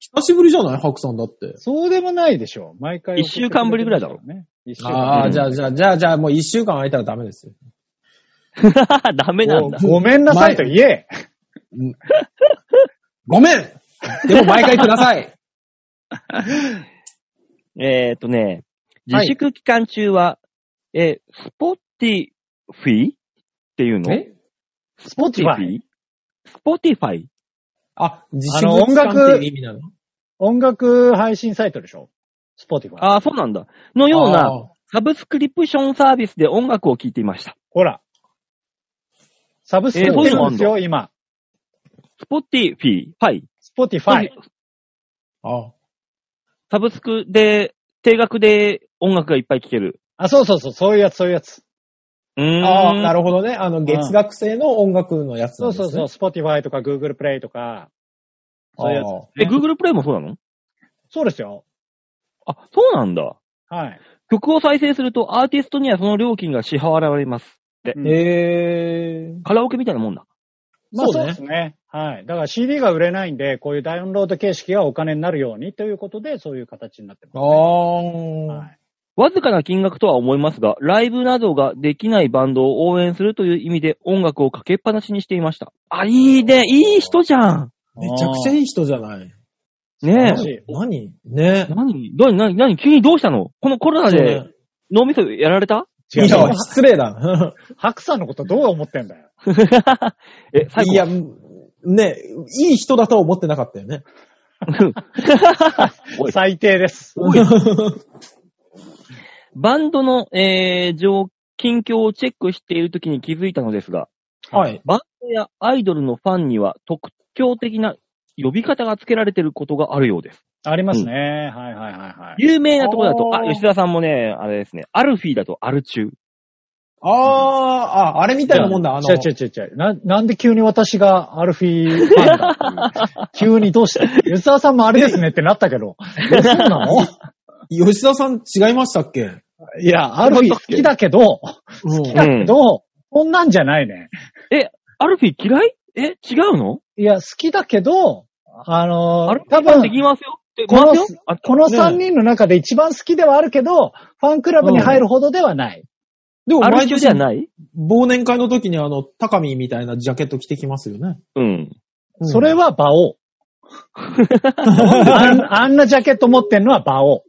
[SPEAKER 3] 久しぶりじゃないハクさんだって。
[SPEAKER 4] そうでもないでしょ。毎回。
[SPEAKER 1] 一週間ぶりぐらいだろ
[SPEAKER 4] ね。一週間
[SPEAKER 3] あ
[SPEAKER 4] ぶ
[SPEAKER 3] あ、
[SPEAKER 4] り。
[SPEAKER 3] じゃあじゃあじゃあじゃあもう一週間空いたらダメですよ。 (laughs)
[SPEAKER 1] ダメなんだ。
[SPEAKER 4] ごめんなさいと言え。
[SPEAKER 3] ごめんでも毎回くださ
[SPEAKER 4] (laughs)
[SPEAKER 3] い
[SPEAKER 1] えーっとね、
[SPEAKER 3] は
[SPEAKER 1] 自
[SPEAKER 3] い
[SPEAKER 1] 粛期間中は、え、スポティフィっていうの
[SPEAKER 3] え
[SPEAKER 1] スポティフィスポティファイ
[SPEAKER 3] あ、自
[SPEAKER 4] あ
[SPEAKER 3] 粛
[SPEAKER 4] の
[SPEAKER 3] 期間っていう意味なの
[SPEAKER 4] 音楽配信サイトでしょ。スポティファイ。
[SPEAKER 1] ああ、そうなんだ。のような、
[SPEAKER 3] あー
[SPEAKER 1] サブスクリプションサービスで音楽を聴いていました。
[SPEAKER 4] ほら。サブスク
[SPEAKER 1] えーそう
[SPEAKER 4] リ
[SPEAKER 1] いう
[SPEAKER 4] プ
[SPEAKER 1] の
[SPEAKER 4] な
[SPEAKER 1] あ
[SPEAKER 4] ん
[SPEAKER 1] ん
[SPEAKER 4] で
[SPEAKER 1] の
[SPEAKER 4] すよ、今。
[SPEAKER 1] スポティフィファイ。
[SPEAKER 4] スポティファイ。
[SPEAKER 3] あ
[SPEAKER 1] サブスクで、定額で音楽がいっぱい聴ける。
[SPEAKER 4] あ、そうそうそう、そういうやつ、そういうやつ。
[SPEAKER 1] うーん。
[SPEAKER 3] あー、なるほどね。あの、月額制の音楽のやつ
[SPEAKER 4] そ
[SPEAKER 3] なん
[SPEAKER 4] う
[SPEAKER 3] です、
[SPEAKER 4] そ
[SPEAKER 3] ね。
[SPEAKER 4] うそう、Spotify とか Google Play とか、そういうやつ
[SPEAKER 3] あー
[SPEAKER 1] え、Google プレイもそうなの
[SPEAKER 4] そうですよ。
[SPEAKER 1] あ、そうなんだ。
[SPEAKER 4] はい。
[SPEAKER 1] 曲を再生するとアーティストにはその料金が支払われます。
[SPEAKER 4] え
[SPEAKER 3] へー。
[SPEAKER 1] カラオケみたいなもんだ。
[SPEAKER 4] まあ
[SPEAKER 3] そうね
[SPEAKER 4] そうですね。はい。だから CD が売れないんで、こういうダウンロード形式がお金になるようにということで、そういう形になって
[SPEAKER 3] あ
[SPEAKER 4] ま
[SPEAKER 3] ー
[SPEAKER 4] す。。はい。
[SPEAKER 1] わずかな金額とは思いますが、ライブなどができないバンドを応援するという意味で音楽をかけっぱなしにしていました。あ、いいね。いい人じゃん。
[SPEAKER 3] めちゃくちゃいい人じゃない。
[SPEAKER 1] ね
[SPEAKER 4] 素晴らし
[SPEAKER 1] え。
[SPEAKER 4] い
[SPEAKER 3] 何ね
[SPEAKER 1] 何何何何急にどうしたのこのコロナ
[SPEAKER 3] そう
[SPEAKER 1] で
[SPEAKER 3] ね
[SPEAKER 1] 脳みそやられた
[SPEAKER 4] 違う
[SPEAKER 3] いや、失礼だ
[SPEAKER 4] (laughs)
[SPEAKER 3] な。
[SPEAKER 4] ハクさんのことどう思ってんだよ。
[SPEAKER 3] (laughs)
[SPEAKER 1] え、最後。
[SPEAKER 3] いや、ね、いい人だとは思ってなかったよね。
[SPEAKER 1] おい
[SPEAKER 4] 最低です。
[SPEAKER 1] バンドの、えー、状、近況をチェックしているときに気づいたのですが、
[SPEAKER 3] はい。
[SPEAKER 1] バンドやアイドルのファンには特徴的な呼び方が付けられていることがあるようです。
[SPEAKER 4] ありますね。はいはいはいはい。
[SPEAKER 1] 有名なところだと、
[SPEAKER 3] あ
[SPEAKER 1] あ、
[SPEAKER 3] ー
[SPEAKER 1] 吉田さんもね、あれですね、アルフィーだとアルチュー。
[SPEAKER 3] あー、あ、あれみたいなもんだ、あ
[SPEAKER 4] 違う
[SPEAKER 3] の。
[SPEAKER 4] 違う違う違う。な、なんで急に私がアルフィーファンだっていう急にどうして吉沢さんもあれですねってなったけど。えそうなの
[SPEAKER 3] (laughs) 吉田さん違いましたっけ
[SPEAKER 4] いや、アルフィー好きだけど、
[SPEAKER 3] うん
[SPEAKER 4] 好きだけど、こんなんじゃないね。
[SPEAKER 1] アルフィー嫌いえ、違うの
[SPEAKER 4] いや、好きだけど、あの
[SPEAKER 1] アル
[SPEAKER 4] ー、
[SPEAKER 1] フィ
[SPEAKER 4] 多
[SPEAKER 1] ーなんて
[SPEAKER 4] 分、
[SPEAKER 1] 言いますよ。って
[SPEAKER 4] この
[SPEAKER 1] 回すよあ
[SPEAKER 4] この3人の中で一番好きではあるけど、ファンクラブに入るほどではない。
[SPEAKER 3] でも
[SPEAKER 1] アル
[SPEAKER 3] 毎
[SPEAKER 1] フィー
[SPEAKER 3] 年
[SPEAKER 1] じゃない
[SPEAKER 3] 忘年会の時にあの、高見みたいなジャケット着てきますよね。
[SPEAKER 1] うん。
[SPEAKER 4] それは馬王。あんあんなジャケット持ってんのは馬王。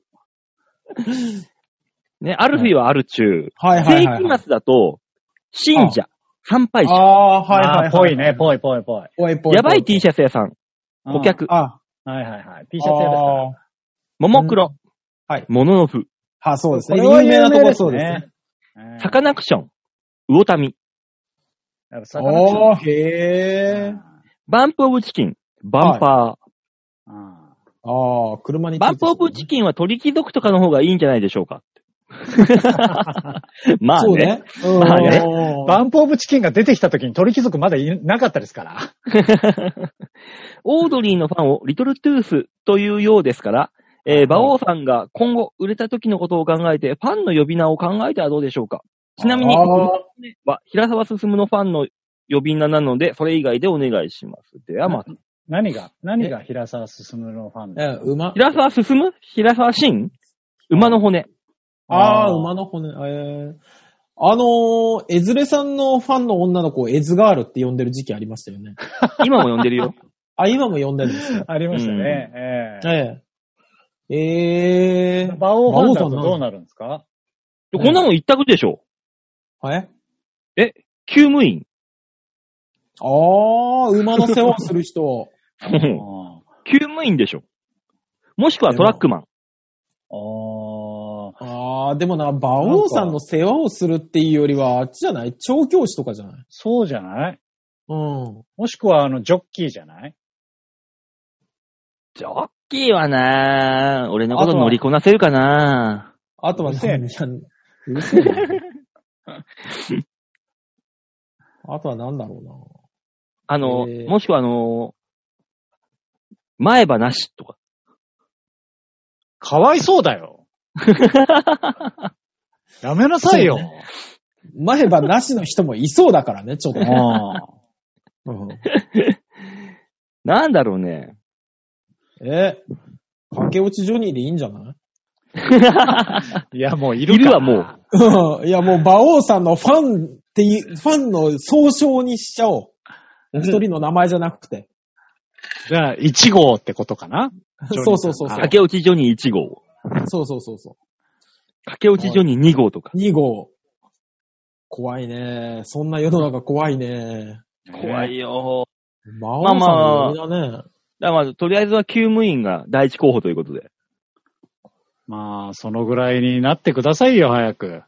[SPEAKER 1] ね、アルフィーはアルチュー。
[SPEAKER 3] はいはいはい、は
[SPEAKER 1] 世紀
[SPEAKER 3] い。
[SPEAKER 1] 末だと、信者、参拝
[SPEAKER 3] あ
[SPEAKER 1] 者、
[SPEAKER 3] あ、はいはい、は
[SPEAKER 4] あー
[SPEAKER 3] い。
[SPEAKER 4] ぽいね、ぽいぽいぽい。
[SPEAKER 3] ぽいぽいぽい。
[SPEAKER 1] やばい T シャツ屋さん、
[SPEAKER 4] うん
[SPEAKER 1] お。客、
[SPEAKER 3] あ、
[SPEAKER 4] はいはいはい。T シャツ屋ですから。
[SPEAKER 3] あー
[SPEAKER 1] ももクロ、
[SPEAKER 3] はい
[SPEAKER 1] もののふ、
[SPEAKER 3] はそうですね。
[SPEAKER 4] これは
[SPEAKER 3] 有
[SPEAKER 4] 有名
[SPEAKER 3] 名な
[SPEAKER 4] な
[SPEAKER 3] と
[SPEAKER 4] と
[SPEAKER 3] こ
[SPEAKER 4] こ
[SPEAKER 3] そ
[SPEAKER 4] そうう
[SPEAKER 3] で
[SPEAKER 4] ですす
[SPEAKER 3] ね
[SPEAKER 4] ね。。
[SPEAKER 1] サカナクション、魚民、
[SPEAKER 4] やっぱサカナクション
[SPEAKER 3] おー、へー。
[SPEAKER 1] バンプオブチキン、バンパー。
[SPEAKER 4] うん
[SPEAKER 3] ああ、車について
[SPEAKER 1] バンプオブチキンは鳥貴族とかの方がいいんじゃないでしょうか
[SPEAKER 3] (laughs)
[SPEAKER 1] ってまあ
[SPEAKER 3] そう
[SPEAKER 1] ね。
[SPEAKER 3] ね。うん
[SPEAKER 1] まあね
[SPEAKER 4] バンプオブチキンが出てきた時に鳥貴族まだいなかったですから。
[SPEAKER 1] オードリーのファンをリトルトゥースというようですから、えー、馬王さんが今後売れた時のことを考えて、ファンの呼び名を考えてはどうでしょうかちなみに、
[SPEAKER 3] あー
[SPEAKER 1] は平沢進のファンの呼び名なので、それ以外でお願いします。では、また。
[SPEAKER 4] 何が、何が平沢進のファンで。
[SPEAKER 3] え、馬
[SPEAKER 1] 平沢進平沢進馬の骨。
[SPEAKER 3] ああ、
[SPEAKER 4] あー。
[SPEAKER 3] 馬の骨。えーあのー、えずれさんのファンの女の子をエズガールって呼んでる時期ありましたよね。
[SPEAKER 1] 今も呼んでる (laughs) よ。
[SPEAKER 3] あ、今も呼んでるんですよ
[SPEAKER 1] (laughs)
[SPEAKER 4] ありました
[SPEAKER 1] うん
[SPEAKER 4] ね。ええ
[SPEAKER 3] ええ。えー。
[SPEAKER 4] 馬王ファンだと
[SPEAKER 3] 馬王さんな
[SPEAKER 4] どうなるんですか
[SPEAKER 1] でこんなもん一択でしょ
[SPEAKER 3] え
[SPEAKER 1] 救務員。 (laughs)
[SPEAKER 3] ああ、馬の世話す
[SPEAKER 1] (laughs)
[SPEAKER 3] る人。
[SPEAKER 4] うん
[SPEAKER 1] 救務員でしょ。もしくはトラックマン。
[SPEAKER 4] ああ、
[SPEAKER 3] ああ、でもな、馬王さんの世話をするっていうよりは、あっちじゃない調教師とかじゃない
[SPEAKER 4] そうじゃない
[SPEAKER 3] うん。
[SPEAKER 4] もしくは、あの、ジョッキーじゃない
[SPEAKER 1] ジョッキーはなぁ、俺のこと
[SPEAKER 3] あとは
[SPEAKER 1] 乗りこなせるかな
[SPEAKER 3] あとは
[SPEAKER 4] うるせえ
[SPEAKER 3] 何
[SPEAKER 4] ね
[SPEAKER 3] や、うるせえ (laughs) なあとは何だろ
[SPEAKER 1] ぁ。あの、
[SPEAKER 3] えー
[SPEAKER 1] もしくはあの、前歯なしとか。
[SPEAKER 4] かわいそうだ (laughs) よ。やめなさいよ。
[SPEAKER 3] うな。前歯なしの人もいそうだからね、ちょっとね。うん
[SPEAKER 1] なんだろう (laughs) ね。
[SPEAKER 3] え、駆け落ちジョニーでいいんじゃない
[SPEAKER 4] うんいや、もうい
[SPEAKER 1] い
[SPEAKER 4] る
[SPEAKER 1] る
[SPEAKER 4] か
[SPEAKER 1] は
[SPEAKER 4] ら
[SPEAKER 1] もう。
[SPEAKER 3] うんいや、もう、馬王さんのファンっていう、ファンの総称にしちゃおう。一人の名前じゃなくて。
[SPEAKER 4] じゃあ、1号ってことかなジョニーさ
[SPEAKER 3] そ
[SPEAKER 4] ん
[SPEAKER 3] うそうそうそう。
[SPEAKER 1] 駆け落ちジョニー1号。
[SPEAKER 3] そうそうそうそ
[SPEAKER 1] 駆け落ちジョニー2号とか
[SPEAKER 3] う。。2号。怖いね。そんな世の中怖いね。
[SPEAKER 1] 怖いよ
[SPEAKER 3] 馬王さんの呼び名ね。
[SPEAKER 1] だからまあ、とりあえずは救務員が第一候補ということで。
[SPEAKER 4] まあ、そのぐらいになってくださいよ、早く。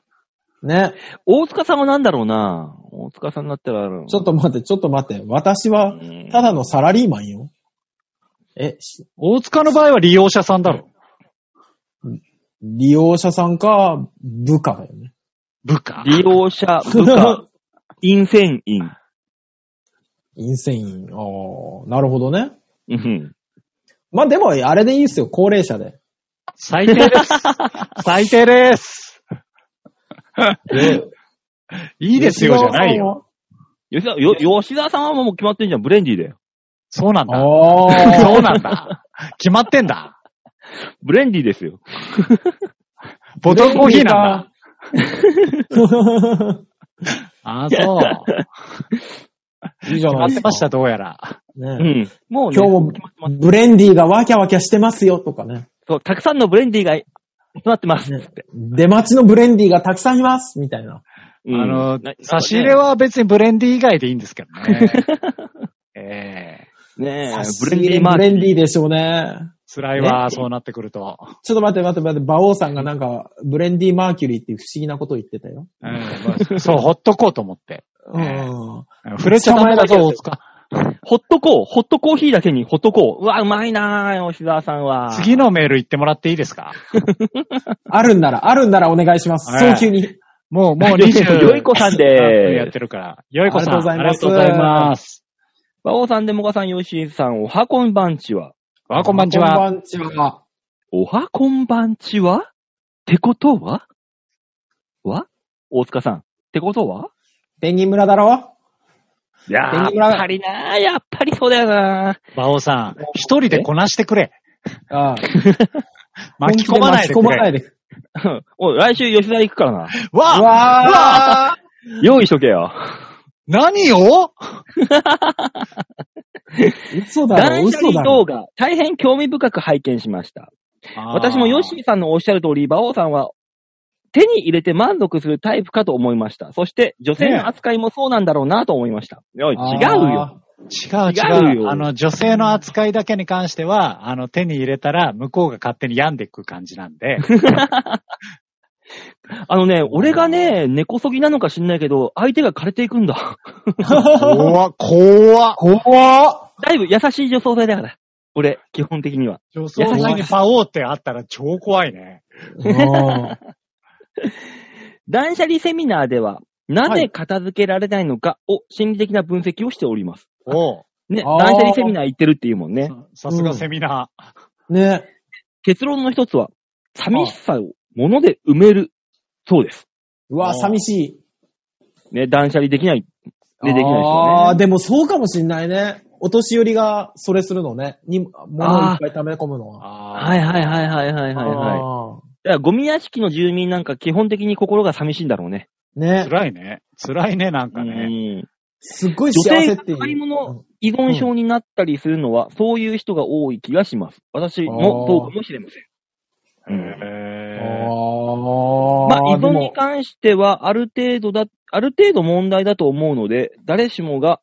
[SPEAKER 3] ね。
[SPEAKER 1] 大塚さんはなんだろうなぁ。大塚さんだったら、
[SPEAKER 3] ちょっと待って、ちょっと待って。私は、
[SPEAKER 1] うん
[SPEAKER 3] ただのサラリーマンよ。え、し
[SPEAKER 4] 大塚の場合は利用者さんだろ。
[SPEAKER 3] 利用者さんか、部下だよね。
[SPEAKER 4] 部下。
[SPEAKER 1] 利用者、部下、陰線員。
[SPEAKER 3] 陰線員。ああ、なるほどね。
[SPEAKER 1] うん
[SPEAKER 3] まあ、でも、あれでいいですよ。高齢者で。
[SPEAKER 4] 最低 (laughs) です。最低です。いいですよ、じゃないよ。
[SPEAKER 1] 吉田、よ、吉田さんはもう決まってんじゃん。ブレンディだよ。
[SPEAKER 4] そうなんだ。
[SPEAKER 3] ああ。
[SPEAKER 4] (laughs) そうなんだ。決まってんだ。
[SPEAKER 1] ブレンディですよ。
[SPEAKER 4] ボトルコーヒーなんだ。
[SPEAKER 3] だ。
[SPEAKER 4] (laughs) ああ、そう。
[SPEAKER 3] (laughs) いいじゃ
[SPEAKER 4] 決ま
[SPEAKER 3] ない
[SPEAKER 4] っ
[SPEAKER 3] で
[SPEAKER 4] て
[SPEAKER 3] す
[SPEAKER 4] ま
[SPEAKER 3] か。
[SPEAKER 4] した、どうやら。
[SPEAKER 1] う
[SPEAKER 3] ね
[SPEAKER 1] ん。もうね、
[SPEAKER 3] 今日
[SPEAKER 1] 決まってま
[SPEAKER 3] も
[SPEAKER 1] す
[SPEAKER 3] ブレンディーがワキャワキャしてますよとかね。
[SPEAKER 1] そう、たくさんのブレンディが集まってます。つって。
[SPEAKER 3] 出待ちのブレンディーがたくさんいますみたいな。
[SPEAKER 4] あの
[SPEAKER 1] な、
[SPEAKER 4] 差し入れは別にブレンディ以外でいいんですけど (laughs) ね。ええ
[SPEAKER 1] ね
[SPEAKER 3] 差し
[SPEAKER 1] え、ブ
[SPEAKER 3] 入
[SPEAKER 1] レ
[SPEAKER 3] れ
[SPEAKER 1] ンディマー
[SPEAKER 3] ブ
[SPEAKER 1] ク。
[SPEAKER 3] レンディーでしょうね。
[SPEAKER 4] 辛いわ、そうなってくると。
[SPEAKER 3] ちょっと待って待って待って、馬王さんがなんか、ブレンディーマーキュリーっていう不思議なことを言ってたよ。
[SPEAKER 4] うんまあそう、ほっとこうと思って。
[SPEAKER 3] うん。
[SPEAKER 4] 触れちゃダメだぞ、大塚。
[SPEAKER 1] ホットコー、ホットコーヒーだけにホットコー。うわ、うまいなぁ、吉沢さんは。
[SPEAKER 4] 次のメール言ってもらっていいですか
[SPEAKER 3] あるんなら、あるんならお願いします。
[SPEAKER 4] はい
[SPEAKER 3] 早急に。
[SPEAKER 4] もう、 (laughs) もう20。
[SPEAKER 1] よいこさんで
[SPEAKER 4] やっ
[SPEAKER 1] す。
[SPEAKER 4] てるから。よいこさん。
[SPEAKER 3] ありがとう
[SPEAKER 4] あ
[SPEAKER 3] ございう
[SPEAKER 4] りがとござい
[SPEAKER 3] ま
[SPEAKER 4] ます。
[SPEAKER 1] 馬王さん、デモカさん、ヨシさん、おはこんばんちは。
[SPEAKER 4] わあ、こんばんち
[SPEAKER 3] こ
[SPEAKER 4] は。
[SPEAKER 3] んばんちは。
[SPEAKER 1] おはこんばんちはってことはは大塚さん。ってことは
[SPEAKER 3] ペンギン村だろ
[SPEAKER 1] いや
[SPEAKER 3] ペン
[SPEAKER 1] ー
[SPEAKER 3] ギン
[SPEAKER 1] やっぱ
[SPEAKER 3] 村。
[SPEAKER 1] りなやっぱりそうだよな
[SPEAKER 4] 馬王さん、一人でこなしてくれ。
[SPEAKER 3] ああ
[SPEAKER 4] 巻き込まないで
[SPEAKER 3] 巻き込
[SPEAKER 4] く
[SPEAKER 3] まな
[SPEAKER 4] れ。
[SPEAKER 3] いで。
[SPEAKER 1] (laughs) おい、来週吉田行くからな。
[SPEAKER 3] う
[SPEAKER 4] わ
[SPEAKER 3] わ
[SPEAKER 4] あ
[SPEAKER 3] ー
[SPEAKER 1] 用意しとけよ。
[SPEAKER 4] 何を
[SPEAKER 3] 嘘だろ、
[SPEAKER 1] (laughs) 断捨
[SPEAKER 3] 嘘だ
[SPEAKER 1] 離
[SPEAKER 3] ろ。
[SPEAKER 1] 動画、大変興味深く拝見しました。私もヨッシーさんのおっしゃる通り、馬王さんは手に入れて満足するタイプかと思いました。そして女性の扱いもそうなんだろうなと思いました。いや違うよ。
[SPEAKER 4] 違う違う
[SPEAKER 1] 違うよ
[SPEAKER 4] あの、女性の扱いだけに関しては、あの、手に入れたら、向こうが勝手に病んでいく感じなんで。
[SPEAKER 1] あのね、俺がね、根こそぎなのか知んないけど、相手が枯れていくんだ。
[SPEAKER 4] 怖っ、怖っ。怖っ。
[SPEAKER 1] だいぶ優しい女装剤だから。俺、基本的には。
[SPEAKER 4] 女装内にパオーってあったら超怖いね。
[SPEAKER 3] あー。
[SPEAKER 1] 断捨離セミナーでは、なぜ片付けられないのかを心理的な分析をしております。
[SPEAKER 4] おう
[SPEAKER 1] ね、
[SPEAKER 3] あー
[SPEAKER 1] 断捨離セミナー行ってるっていうもんね。
[SPEAKER 4] ささすがセミナー。
[SPEAKER 3] ね。
[SPEAKER 1] 結論の一つは、寂しさを物で埋める。そうです。
[SPEAKER 3] うわ
[SPEAKER 4] あー
[SPEAKER 3] ー、寂しい。
[SPEAKER 1] ね、断捨離できない。で、できないです
[SPEAKER 3] あ
[SPEAKER 1] よ
[SPEAKER 3] あ、
[SPEAKER 1] ね。
[SPEAKER 3] でもそうかもしんないね。お年寄りがそれするのね。に、物をいっぱい溜め込むのは。
[SPEAKER 1] はいはいはいはいはいはい、はい。だからゴミ屋敷の住民なんか基本的に心が寂しいんだろうね。
[SPEAKER 3] い。ね。
[SPEAKER 4] 辛いね。辛いね、なんかね。
[SPEAKER 1] うん
[SPEAKER 3] すっごい
[SPEAKER 1] 女
[SPEAKER 3] 幸せ
[SPEAKER 1] 性
[SPEAKER 3] っ
[SPEAKER 1] が
[SPEAKER 3] ていう。
[SPEAKER 1] 買い物依存症になったりするのは、そういう人が多い気がします。私もそうかもしれません。うん
[SPEAKER 4] へー
[SPEAKER 3] あ
[SPEAKER 1] まあ、依
[SPEAKER 3] あ、で
[SPEAKER 1] 存に
[SPEAKER 3] も、
[SPEAKER 1] 関しては、ある程度だ、ある程度問題だと思うので、誰しもが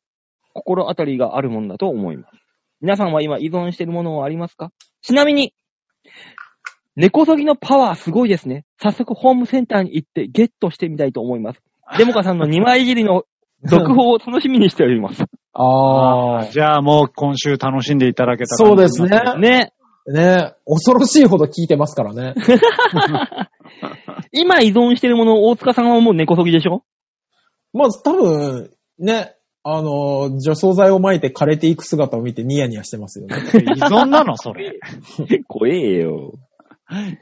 [SPEAKER 1] 心当たりがあるものだと思います。皆さんは今依存しているものはありますかちなみに、根こそぎのパワーすごいですね。早速ホームセンターに行ってゲットしてみたいと思います。デモカさんの2枚尻の続報を楽しみにしております。
[SPEAKER 3] ああ、
[SPEAKER 4] じゃあもう今週楽しんでいただけたら。
[SPEAKER 3] そうですね。。
[SPEAKER 1] ね。
[SPEAKER 3] ね。恐ろしいほど聞いてますからね。
[SPEAKER 1] 今依存しているもの、大塚さんはもう根こそぎでしょ
[SPEAKER 3] まあ、多分、ね、あの、除草剤を撒いて枯れていく姿を見てニヤニヤしてますよね。
[SPEAKER 4] 依存なの、それ。
[SPEAKER 1] 怖えよ。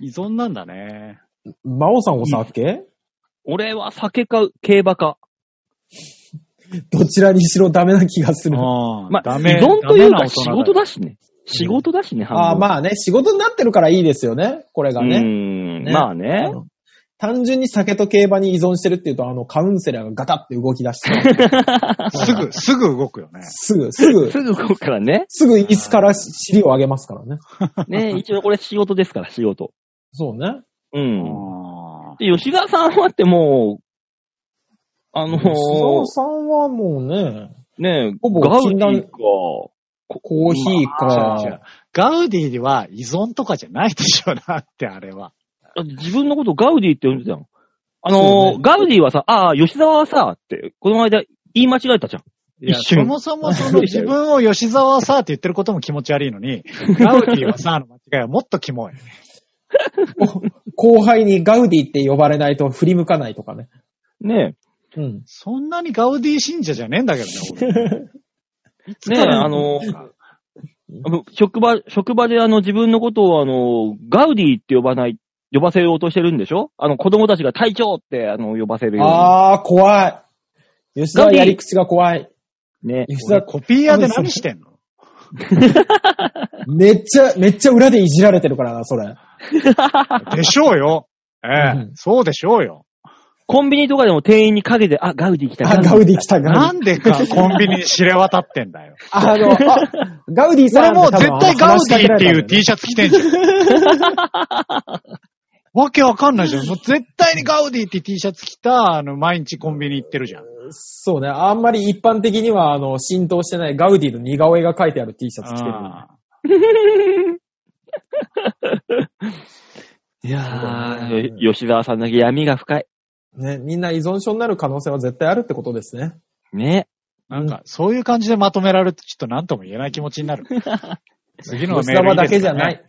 [SPEAKER 4] 依存なんだね。
[SPEAKER 3] 馬王さんお酒
[SPEAKER 1] 俺は酒か競馬か。
[SPEAKER 3] どちらにしろダメな気がする。
[SPEAKER 4] うん
[SPEAKER 1] (laughs) まあ、
[SPEAKER 4] ダ
[SPEAKER 1] 依
[SPEAKER 4] メ
[SPEAKER 1] 存というか仕
[SPEAKER 4] ダメな大
[SPEAKER 1] 事
[SPEAKER 4] 人だよ
[SPEAKER 1] だしね。仕事だしね、
[SPEAKER 3] ああ、
[SPEAKER 1] あ、
[SPEAKER 3] まあね、仕事になってるからいいですよね、これが
[SPEAKER 1] うー
[SPEAKER 3] ね。
[SPEAKER 1] ん、
[SPEAKER 3] ね
[SPEAKER 1] まあ
[SPEAKER 3] あ
[SPEAKER 1] ね。
[SPEAKER 3] の単純に酒と競馬に依存してるっていうと、あの、カウンセラーがガタって動き出して、
[SPEAKER 4] すぐ、すぐ動くよね。
[SPEAKER 3] すぐ、すぐ、
[SPEAKER 1] すぐここからね。
[SPEAKER 3] すぐ椅子から尻を上げますからね。
[SPEAKER 1] ね、 (laughs) 一応これ仕事ですから、仕事。
[SPEAKER 3] そうね。
[SPEAKER 1] う。
[SPEAKER 4] うんん
[SPEAKER 1] で、吉沢さんはってもう、あの
[SPEAKER 3] 須
[SPEAKER 1] ー
[SPEAKER 3] 藤、さんはもうね、
[SPEAKER 1] ね、
[SPEAKER 3] ほぼ
[SPEAKER 1] ガウデ
[SPEAKER 3] 禁
[SPEAKER 1] ィ
[SPEAKER 3] 断
[SPEAKER 1] か。
[SPEAKER 3] コーヒー
[SPEAKER 4] 違う違う
[SPEAKER 3] か、
[SPEAKER 4] ガウディは依存とかじゃないでしょ、だってあれは。
[SPEAKER 1] だって自分のことガウディって呼んでたよ。あ
[SPEAKER 3] そ
[SPEAKER 1] のー、
[SPEAKER 3] うね
[SPEAKER 1] ガウディはさ、ああ、吉沢はさ、って、この間言い間違えたじゃん。
[SPEAKER 4] いや、
[SPEAKER 1] 一
[SPEAKER 4] そ
[SPEAKER 1] 瞬
[SPEAKER 4] もそもその (laughs) 自分を吉沢さって言ってることも気持ち悪いの (laughs) に、ガウディはさの間違いはもっとキモい。
[SPEAKER 3] 後輩にガウディって呼ばれないと振り向かないとかね。
[SPEAKER 1] ね
[SPEAKER 3] うん。
[SPEAKER 4] そんなにガウディ信者じゃねえんだけどね、
[SPEAKER 1] え、ねえ、あのー、あの職場、職場であの自分のことをあの、ガウディって呼ばない、呼ばせようとしてるんでしょあの子供たちが隊長ってあの呼ばせるよう
[SPEAKER 3] ああ、怖い。吉田はやり口が怖い。
[SPEAKER 1] に。ね。
[SPEAKER 3] 吉
[SPEAKER 4] (laughs) 俺
[SPEAKER 3] 田、
[SPEAKER 4] コピー屋で何してんの
[SPEAKER 3] めっちゃ、めっちゃ裏でいじられてるからな、それ。
[SPEAKER 4] でしょうよ。ええ
[SPEAKER 3] う、ん
[SPEAKER 4] そうでしょうよ。
[SPEAKER 1] コンビニとかでも店員に陰で、あ、ガウディ来た。
[SPEAKER 3] あ、ガウデ
[SPEAKER 1] 来
[SPEAKER 3] ィ来た、ガ
[SPEAKER 4] な
[SPEAKER 3] ウディ。
[SPEAKER 4] んでかコンビニに知れ渡ってんだよ。
[SPEAKER 3] あの、
[SPEAKER 4] (laughs)
[SPEAKER 3] あ、ガウディ
[SPEAKER 4] 俺
[SPEAKER 3] さん
[SPEAKER 4] もう
[SPEAKER 3] 多
[SPEAKER 4] 絶
[SPEAKER 3] 分あの
[SPEAKER 4] 対ガウディってい
[SPEAKER 3] 話しかけ
[SPEAKER 4] う
[SPEAKER 3] られたんだよ
[SPEAKER 4] T シャツ着てんじゃん。わけわかんないじゃん。もう絶対にガウディって T シャツ着た、あの、毎日コンビニ行ってるじゃん。
[SPEAKER 3] ねそうね、あんまり一般的には、あの、浸透してないガウディの似顔絵が書いてある T シャツ着てる。
[SPEAKER 4] あ
[SPEAKER 1] (laughs) た。いやー、よ吉沢さんだけ闇が深い。
[SPEAKER 3] ね、みんな依存症になる可能性は絶対あるってことですね。
[SPEAKER 1] ね。
[SPEAKER 4] ーなんか、そういう感じでまとめられると、ちょっと何とも言えない気持ちに
[SPEAKER 3] (laughs)
[SPEAKER 4] なる。次のメ
[SPEAKER 3] 吉
[SPEAKER 4] ール
[SPEAKER 3] 沢
[SPEAKER 4] いい
[SPEAKER 3] だ
[SPEAKER 4] で
[SPEAKER 3] け
[SPEAKER 4] す
[SPEAKER 3] じ
[SPEAKER 4] か
[SPEAKER 3] ゃ
[SPEAKER 4] ね、
[SPEAKER 3] ない。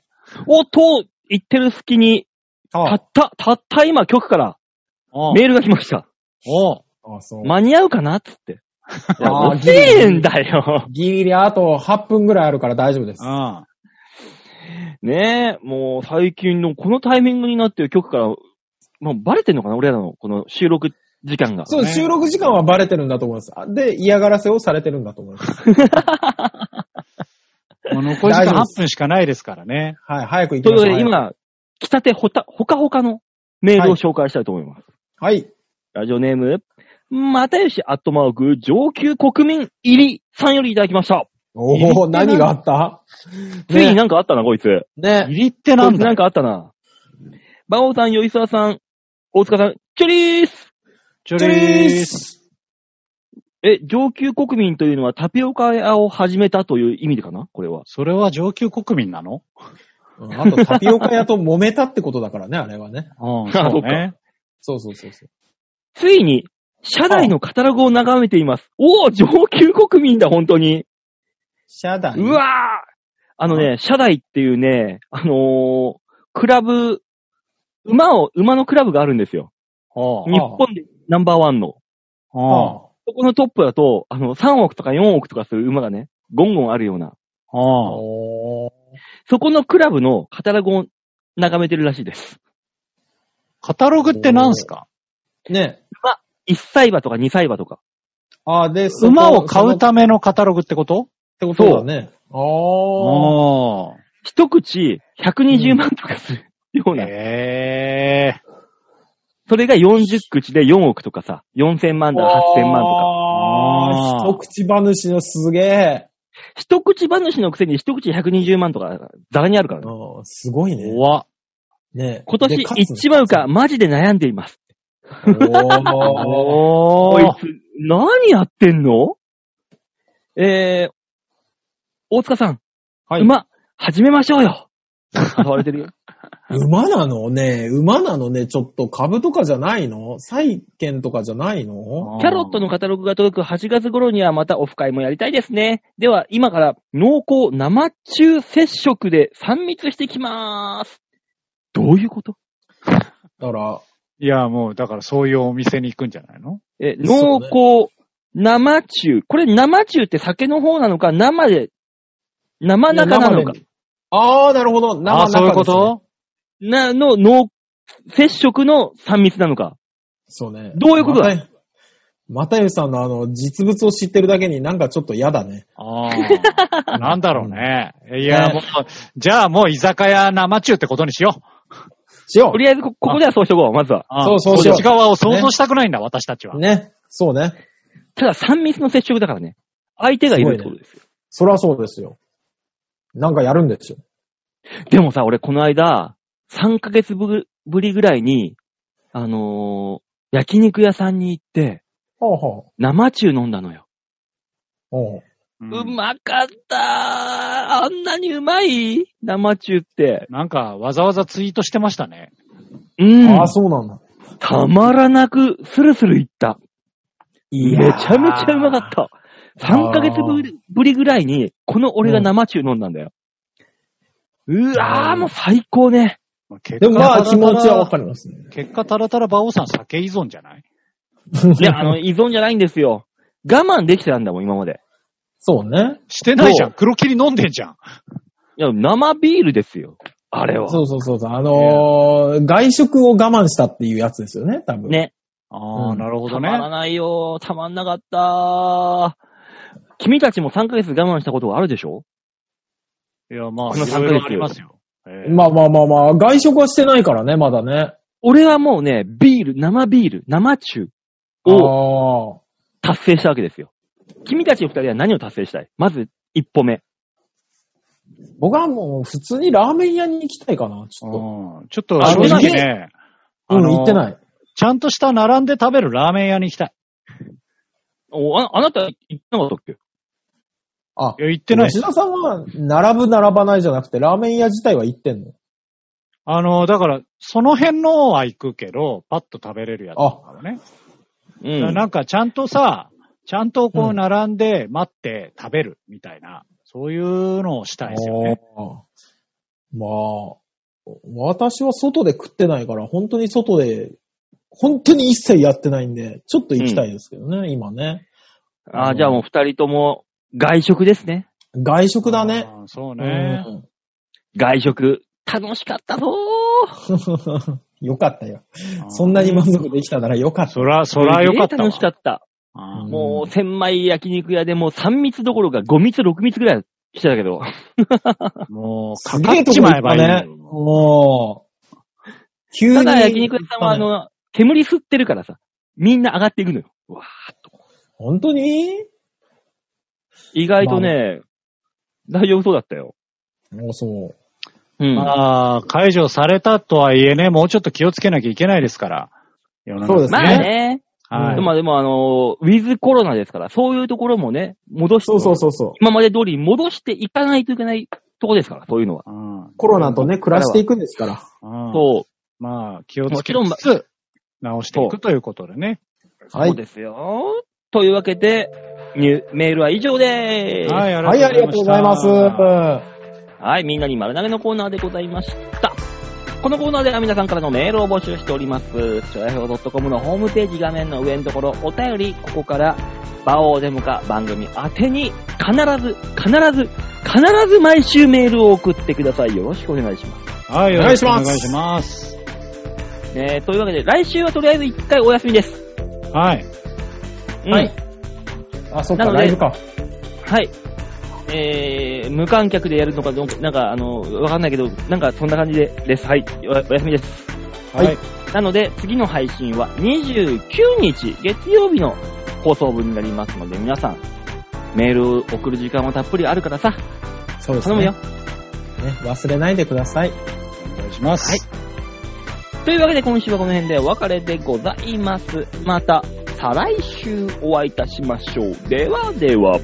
[SPEAKER 1] おっと、言ってる隙に、た
[SPEAKER 4] あ
[SPEAKER 1] った、たった今、局から、
[SPEAKER 4] あお
[SPEAKER 1] メールが来ました。
[SPEAKER 4] お
[SPEAKER 3] あ、そう。
[SPEAKER 1] 間に合うかなっつ
[SPEAKER 3] (laughs)
[SPEAKER 1] って。いや、
[SPEAKER 3] あー
[SPEAKER 1] 遅えんだよ。
[SPEAKER 3] ギリギリあと8分ぐらいあるから大丈夫です
[SPEAKER 4] う。ん。
[SPEAKER 1] ねえ、もう最近のこのタイミングになってる曲から、もうバレてんのかな俺らのこの収録時間が。
[SPEAKER 3] そう、収録時間はバレてるんだと思います。あで、嫌がらせをされてるんだと思います。
[SPEAKER 4] もう残り時
[SPEAKER 3] 大丈
[SPEAKER 4] 間
[SPEAKER 3] 夫です
[SPEAKER 4] 8分しかないですからね。
[SPEAKER 3] はい、早く行き
[SPEAKER 1] という
[SPEAKER 3] ま
[SPEAKER 1] こ
[SPEAKER 3] し
[SPEAKER 1] と
[SPEAKER 3] ょう。
[SPEAKER 1] で、今、来たてほた、ほかほかのメールを紹介したいと思います。
[SPEAKER 3] はい。
[SPEAKER 1] ラジオネーム、又吉アットマーク上級国民入りさんよりいただきました。
[SPEAKER 3] おお、何があった
[SPEAKER 1] ついになんかあったな、こいつ。
[SPEAKER 3] ね
[SPEAKER 4] 入。りってな
[SPEAKER 1] こい
[SPEAKER 4] ん
[SPEAKER 1] つ
[SPEAKER 4] だ
[SPEAKER 1] なん
[SPEAKER 4] よ
[SPEAKER 1] かあったな。馬王さん、吉沢さん、大塚さん、チョリース
[SPEAKER 4] チョリース。
[SPEAKER 1] え、上級国民というのはタピオカ屋を始めたという意味でかなこれは。
[SPEAKER 4] それは上級国民なの
[SPEAKER 3] うんあと、タピオカ屋と揉めたってことだ (laughs) からね、あれはね。
[SPEAKER 4] うん、
[SPEAKER 1] あ
[SPEAKER 4] そうね。
[SPEAKER 3] そうそうそうそう。
[SPEAKER 1] ついに、社内のカタログを眺めています。おお、上級国民だ、本当に。
[SPEAKER 3] シャダイ
[SPEAKER 1] うわーあのね、社台っていうね、あのークラブ、馬を、馬のクラブがあるんですよ。
[SPEAKER 4] おう
[SPEAKER 1] 日本でナンバーワンの。
[SPEAKER 4] おう
[SPEAKER 3] あ
[SPEAKER 1] そこのトップだと、あの、3億とか4億とかする馬がね、ゴンゴンあるような。
[SPEAKER 3] あ。
[SPEAKER 4] おう
[SPEAKER 3] おー
[SPEAKER 1] そこのクラブのカタログを眺めてるらしいです。
[SPEAKER 4] カタログって何すか
[SPEAKER 3] ね。
[SPEAKER 1] 1歳馬とか2歳馬とか。
[SPEAKER 3] ああ、で、そこ
[SPEAKER 4] 馬を買
[SPEAKER 3] その
[SPEAKER 4] うためのカタログってこと
[SPEAKER 3] ってことだね。ああ。
[SPEAKER 4] おう
[SPEAKER 1] 一口120万とかするような。
[SPEAKER 4] へえ。
[SPEAKER 1] それが40口で4億とかさ、4000万だから8000万とか。
[SPEAKER 3] ああ、
[SPEAKER 4] あ
[SPEAKER 3] 一
[SPEAKER 4] ー
[SPEAKER 3] 口話のすげえ。
[SPEAKER 1] 一口話のくせに一口120万とか、ザラにあるからね。
[SPEAKER 3] うんすごいね。
[SPEAKER 4] 怖っ。
[SPEAKER 3] ね
[SPEAKER 1] 今年行っちまうか、。マジで悩んでいます。
[SPEAKER 3] で勝つのおー
[SPEAKER 1] こ
[SPEAKER 4] お
[SPEAKER 1] い
[SPEAKER 4] ー
[SPEAKER 1] つ、何やってんのえー、大塚さん。
[SPEAKER 3] はい
[SPEAKER 1] 馬、始めましょうよ。誘われてるよ。
[SPEAKER 3] 馬なのね馬なのねちょっと株とかじゃないの債券とかじゃないの
[SPEAKER 1] キャロットのカタログが届く8月頃にはまたオフ会もやりたいですね。では、今から濃厚生中接触で3密してきまーす。どういうこと
[SPEAKER 3] だから、
[SPEAKER 4] いや、もう、だからそういうお店に行くんじゃないの
[SPEAKER 1] え、
[SPEAKER 3] そう
[SPEAKER 1] 濃
[SPEAKER 3] ね
[SPEAKER 1] 厚、生中。これ生中って酒の方なのか、生で、生中なのか
[SPEAKER 3] いや。ああ、なるほど。生
[SPEAKER 4] ああ、そういうこ
[SPEAKER 3] 中 (laughs)
[SPEAKER 4] と
[SPEAKER 1] な、の、濃、接触の3密なのか。
[SPEAKER 3] ですねそうね。
[SPEAKER 1] どういうことだ
[SPEAKER 3] またまたゆさんのあの、実物を知ってるだけになんかちょっと嫌だね。
[SPEAKER 4] ああ。なんだろうね。いや、もう、じゃあもう居酒屋生中ってことにしよう。
[SPEAKER 3] しよ
[SPEAKER 1] とりあえずこ、ここではそうしとこう、まずは。
[SPEAKER 4] ああ
[SPEAKER 3] そうそうしよう
[SPEAKER 4] こっち側を想像したくないんだ、私たちは
[SPEAKER 3] う。。ね。そうね。
[SPEAKER 1] ただ3密の接触だからね。相手がいるってことですよ。
[SPEAKER 3] そりゃそうですよ。なんかやるんですよ。
[SPEAKER 1] でもさ、俺この間、3ヶ月ぶぶりぐらいに、あのー焼肉屋さんに行って、
[SPEAKER 3] ほうほ
[SPEAKER 1] 生中飲んだのよ。
[SPEAKER 3] う。ほ
[SPEAKER 4] うん
[SPEAKER 1] うまかったーあんなにうまい生中って。
[SPEAKER 4] なんか、わざわざツイートしてましたね。
[SPEAKER 1] う
[SPEAKER 3] う。
[SPEAKER 1] ん
[SPEAKER 3] あ。あ、そうなんだ。
[SPEAKER 1] たまらなく、スルスルいった。め
[SPEAKER 3] い
[SPEAKER 1] ち
[SPEAKER 3] やー
[SPEAKER 1] ゃめちゃうまかった。3ヶ月ぶりぶりぐらいに、この俺が生中飲んだんだよ。うわー、もう最高ね。
[SPEAKER 3] でもまあ気持ちはわか
[SPEAKER 4] る。
[SPEAKER 3] りますね。
[SPEAKER 4] 結果、たらたら馬王さん酒依存じゃない
[SPEAKER 1] いや、あの、依存じゃないんですよ。我慢できてたんだもん、今まで。
[SPEAKER 3] そうね。
[SPEAKER 4] してないじゃん。黒霧飲んでんじゃん。
[SPEAKER 1] いや、生ビールですよ。あれは。
[SPEAKER 3] そうそうそうそう。あのー外食を我慢したっていうやつですよね、多分。。
[SPEAKER 1] ね。
[SPEAKER 4] ああ、
[SPEAKER 3] うん
[SPEAKER 4] なるほ
[SPEAKER 1] た
[SPEAKER 4] ど
[SPEAKER 1] ま
[SPEAKER 4] ね。
[SPEAKER 1] らないよ。たまんなかったー。君たちも3ヶ月我慢したことがあるでしょ
[SPEAKER 4] いや、まあ、
[SPEAKER 1] この
[SPEAKER 4] いろいろありますよ。ええ
[SPEAKER 3] まあまあまあまあ、外食はしてないからね、まだね。
[SPEAKER 1] 俺はもうね、ビール、生ビール、生中を
[SPEAKER 3] あ
[SPEAKER 1] 達成したわけですよ。君たち二人は何を達成したいまず、一歩目。
[SPEAKER 3] ー僕はもう普通にラーメン屋に行きたいかな、ちょっ
[SPEAKER 4] うんちょっと、
[SPEAKER 1] あ
[SPEAKER 4] 正直
[SPEAKER 3] すげ
[SPEAKER 4] ね、。
[SPEAKER 3] と。うん、行ってないい。
[SPEAKER 4] ちゃんとした並んで食べるラーメン屋に行きたい。
[SPEAKER 1] おああなた、言ってなかったっけ
[SPEAKER 3] あ
[SPEAKER 4] い、や、行ってないです
[SPEAKER 3] 吉。田さんは、並ぶ、並ばないじゃなくて、ラーメン屋自体は行ってんの。
[SPEAKER 4] あの、だから、その辺のは行くけど、パッと食べれるやつだからね。
[SPEAKER 1] う
[SPEAKER 4] だからなんか、ちゃんとさ、ちゃんとこ
[SPEAKER 3] う
[SPEAKER 4] うん並んで待って食べるみたいな、そういうのをしたいですよね。
[SPEAKER 3] あーまあ、私は外で食ってないから、本当に外で本当に一切やってないんで、ちょっと行きたいですけどね、今ね。
[SPEAKER 1] ああ、じゃあもう二人とも外食ですね。
[SPEAKER 3] 外食だね。
[SPEAKER 6] あー。そうね。
[SPEAKER 1] 外食。
[SPEAKER 2] 楽しかったぞ
[SPEAKER 3] うん (laughs) よかったよ。そんなに満足できたならよかった。
[SPEAKER 6] そら、そらよかったわ。
[SPEAKER 1] 楽しかった。
[SPEAKER 6] あー
[SPEAKER 1] もう、千枚焼肉屋でもう3密どころか5密、6密ぐらいしてたけど。
[SPEAKER 6] もう、
[SPEAKER 3] す
[SPEAKER 6] かか
[SPEAKER 3] げえ
[SPEAKER 6] っ
[SPEAKER 3] と
[SPEAKER 6] ち
[SPEAKER 3] こ
[SPEAKER 6] ま
[SPEAKER 3] 行
[SPEAKER 6] え
[SPEAKER 3] った
[SPEAKER 6] ばいい
[SPEAKER 3] ね。
[SPEAKER 6] のよ。
[SPEAKER 3] もう、急に。
[SPEAKER 1] ただ焼肉屋さんはあ、の、煙吸ってるからさ、みんな上がっていくのよ。わーっと。
[SPEAKER 3] 本当に
[SPEAKER 1] 意外とね、大丈夫そうだったよ。
[SPEAKER 3] もうそう。
[SPEAKER 1] うん。
[SPEAKER 6] まあ、解除されたとはいえね、もうちょっと気をつけなきゃいけないですから。世の中
[SPEAKER 3] そうです
[SPEAKER 1] まあ。ね。
[SPEAKER 6] はい。
[SPEAKER 1] まあでもあの、ウィズコロナですから、そういうところもね、戻して、
[SPEAKER 3] そうそうそうそう。
[SPEAKER 1] 今まで通りに戻していかないといけないとこですから、そういうのは。
[SPEAKER 6] うん
[SPEAKER 3] コロナとね、暮らしていくんですから。
[SPEAKER 6] うん
[SPEAKER 1] そ
[SPEAKER 6] まあ、気を
[SPEAKER 1] も
[SPEAKER 6] つ
[SPEAKER 1] ち
[SPEAKER 6] け
[SPEAKER 1] ろん
[SPEAKER 6] つつ、直していくということでね。
[SPEAKER 1] う。そうですよ。というわけで、ニューメールは以上でーす。
[SPEAKER 6] はい、あ
[SPEAKER 3] はい、ありがとうございます。
[SPEAKER 1] はい、みんなに丸投げのコーナーでございました。このコーナーでは皆さんからのメールを募集しております。ちょやひょう .com のホームページ画面の上のところ、お便り、ここから、バオーデモか番組宛てに、必ず、必ず、必ず毎週メールを送ってください。よろしくお願いしま
[SPEAKER 6] はい、よ
[SPEAKER 3] お願
[SPEAKER 6] ろ
[SPEAKER 3] い
[SPEAKER 6] し
[SPEAKER 3] し
[SPEAKER 6] くお
[SPEAKER 3] ます
[SPEAKER 6] 願いします。
[SPEAKER 1] す。ねえ、というわけで、来週はとりあえず一回お休みです。
[SPEAKER 6] はい。
[SPEAKER 1] うん
[SPEAKER 3] はい。あ、そっか、
[SPEAKER 1] なので
[SPEAKER 3] ライブか。
[SPEAKER 1] はい。えー、無観客でやるのかどうか、なんか、あの、わかんないけど、なんかそんな感じでです。はい。おお休みです。
[SPEAKER 3] はい
[SPEAKER 6] はい。
[SPEAKER 1] なので、次の配信は29日、月曜日の放送分になりますので、皆さん、メールを送る時間はたっぷりあるからさ、
[SPEAKER 3] そうです
[SPEAKER 1] 頼
[SPEAKER 3] ね。
[SPEAKER 1] むよ。
[SPEAKER 3] ね忘れないでください。
[SPEAKER 6] お願いします。
[SPEAKER 1] はいというわけで、今週はこの辺でお別れでございます。また、再来週お会いいたしましょう。ではでは、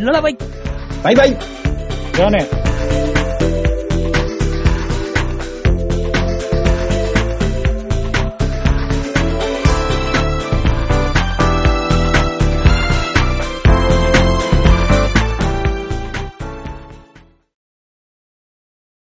[SPEAKER 1] ララバイ
[SPEAKER 3] バイバイ
[SPEAKER 6] じゃあね。
[SPEAKER 5] 「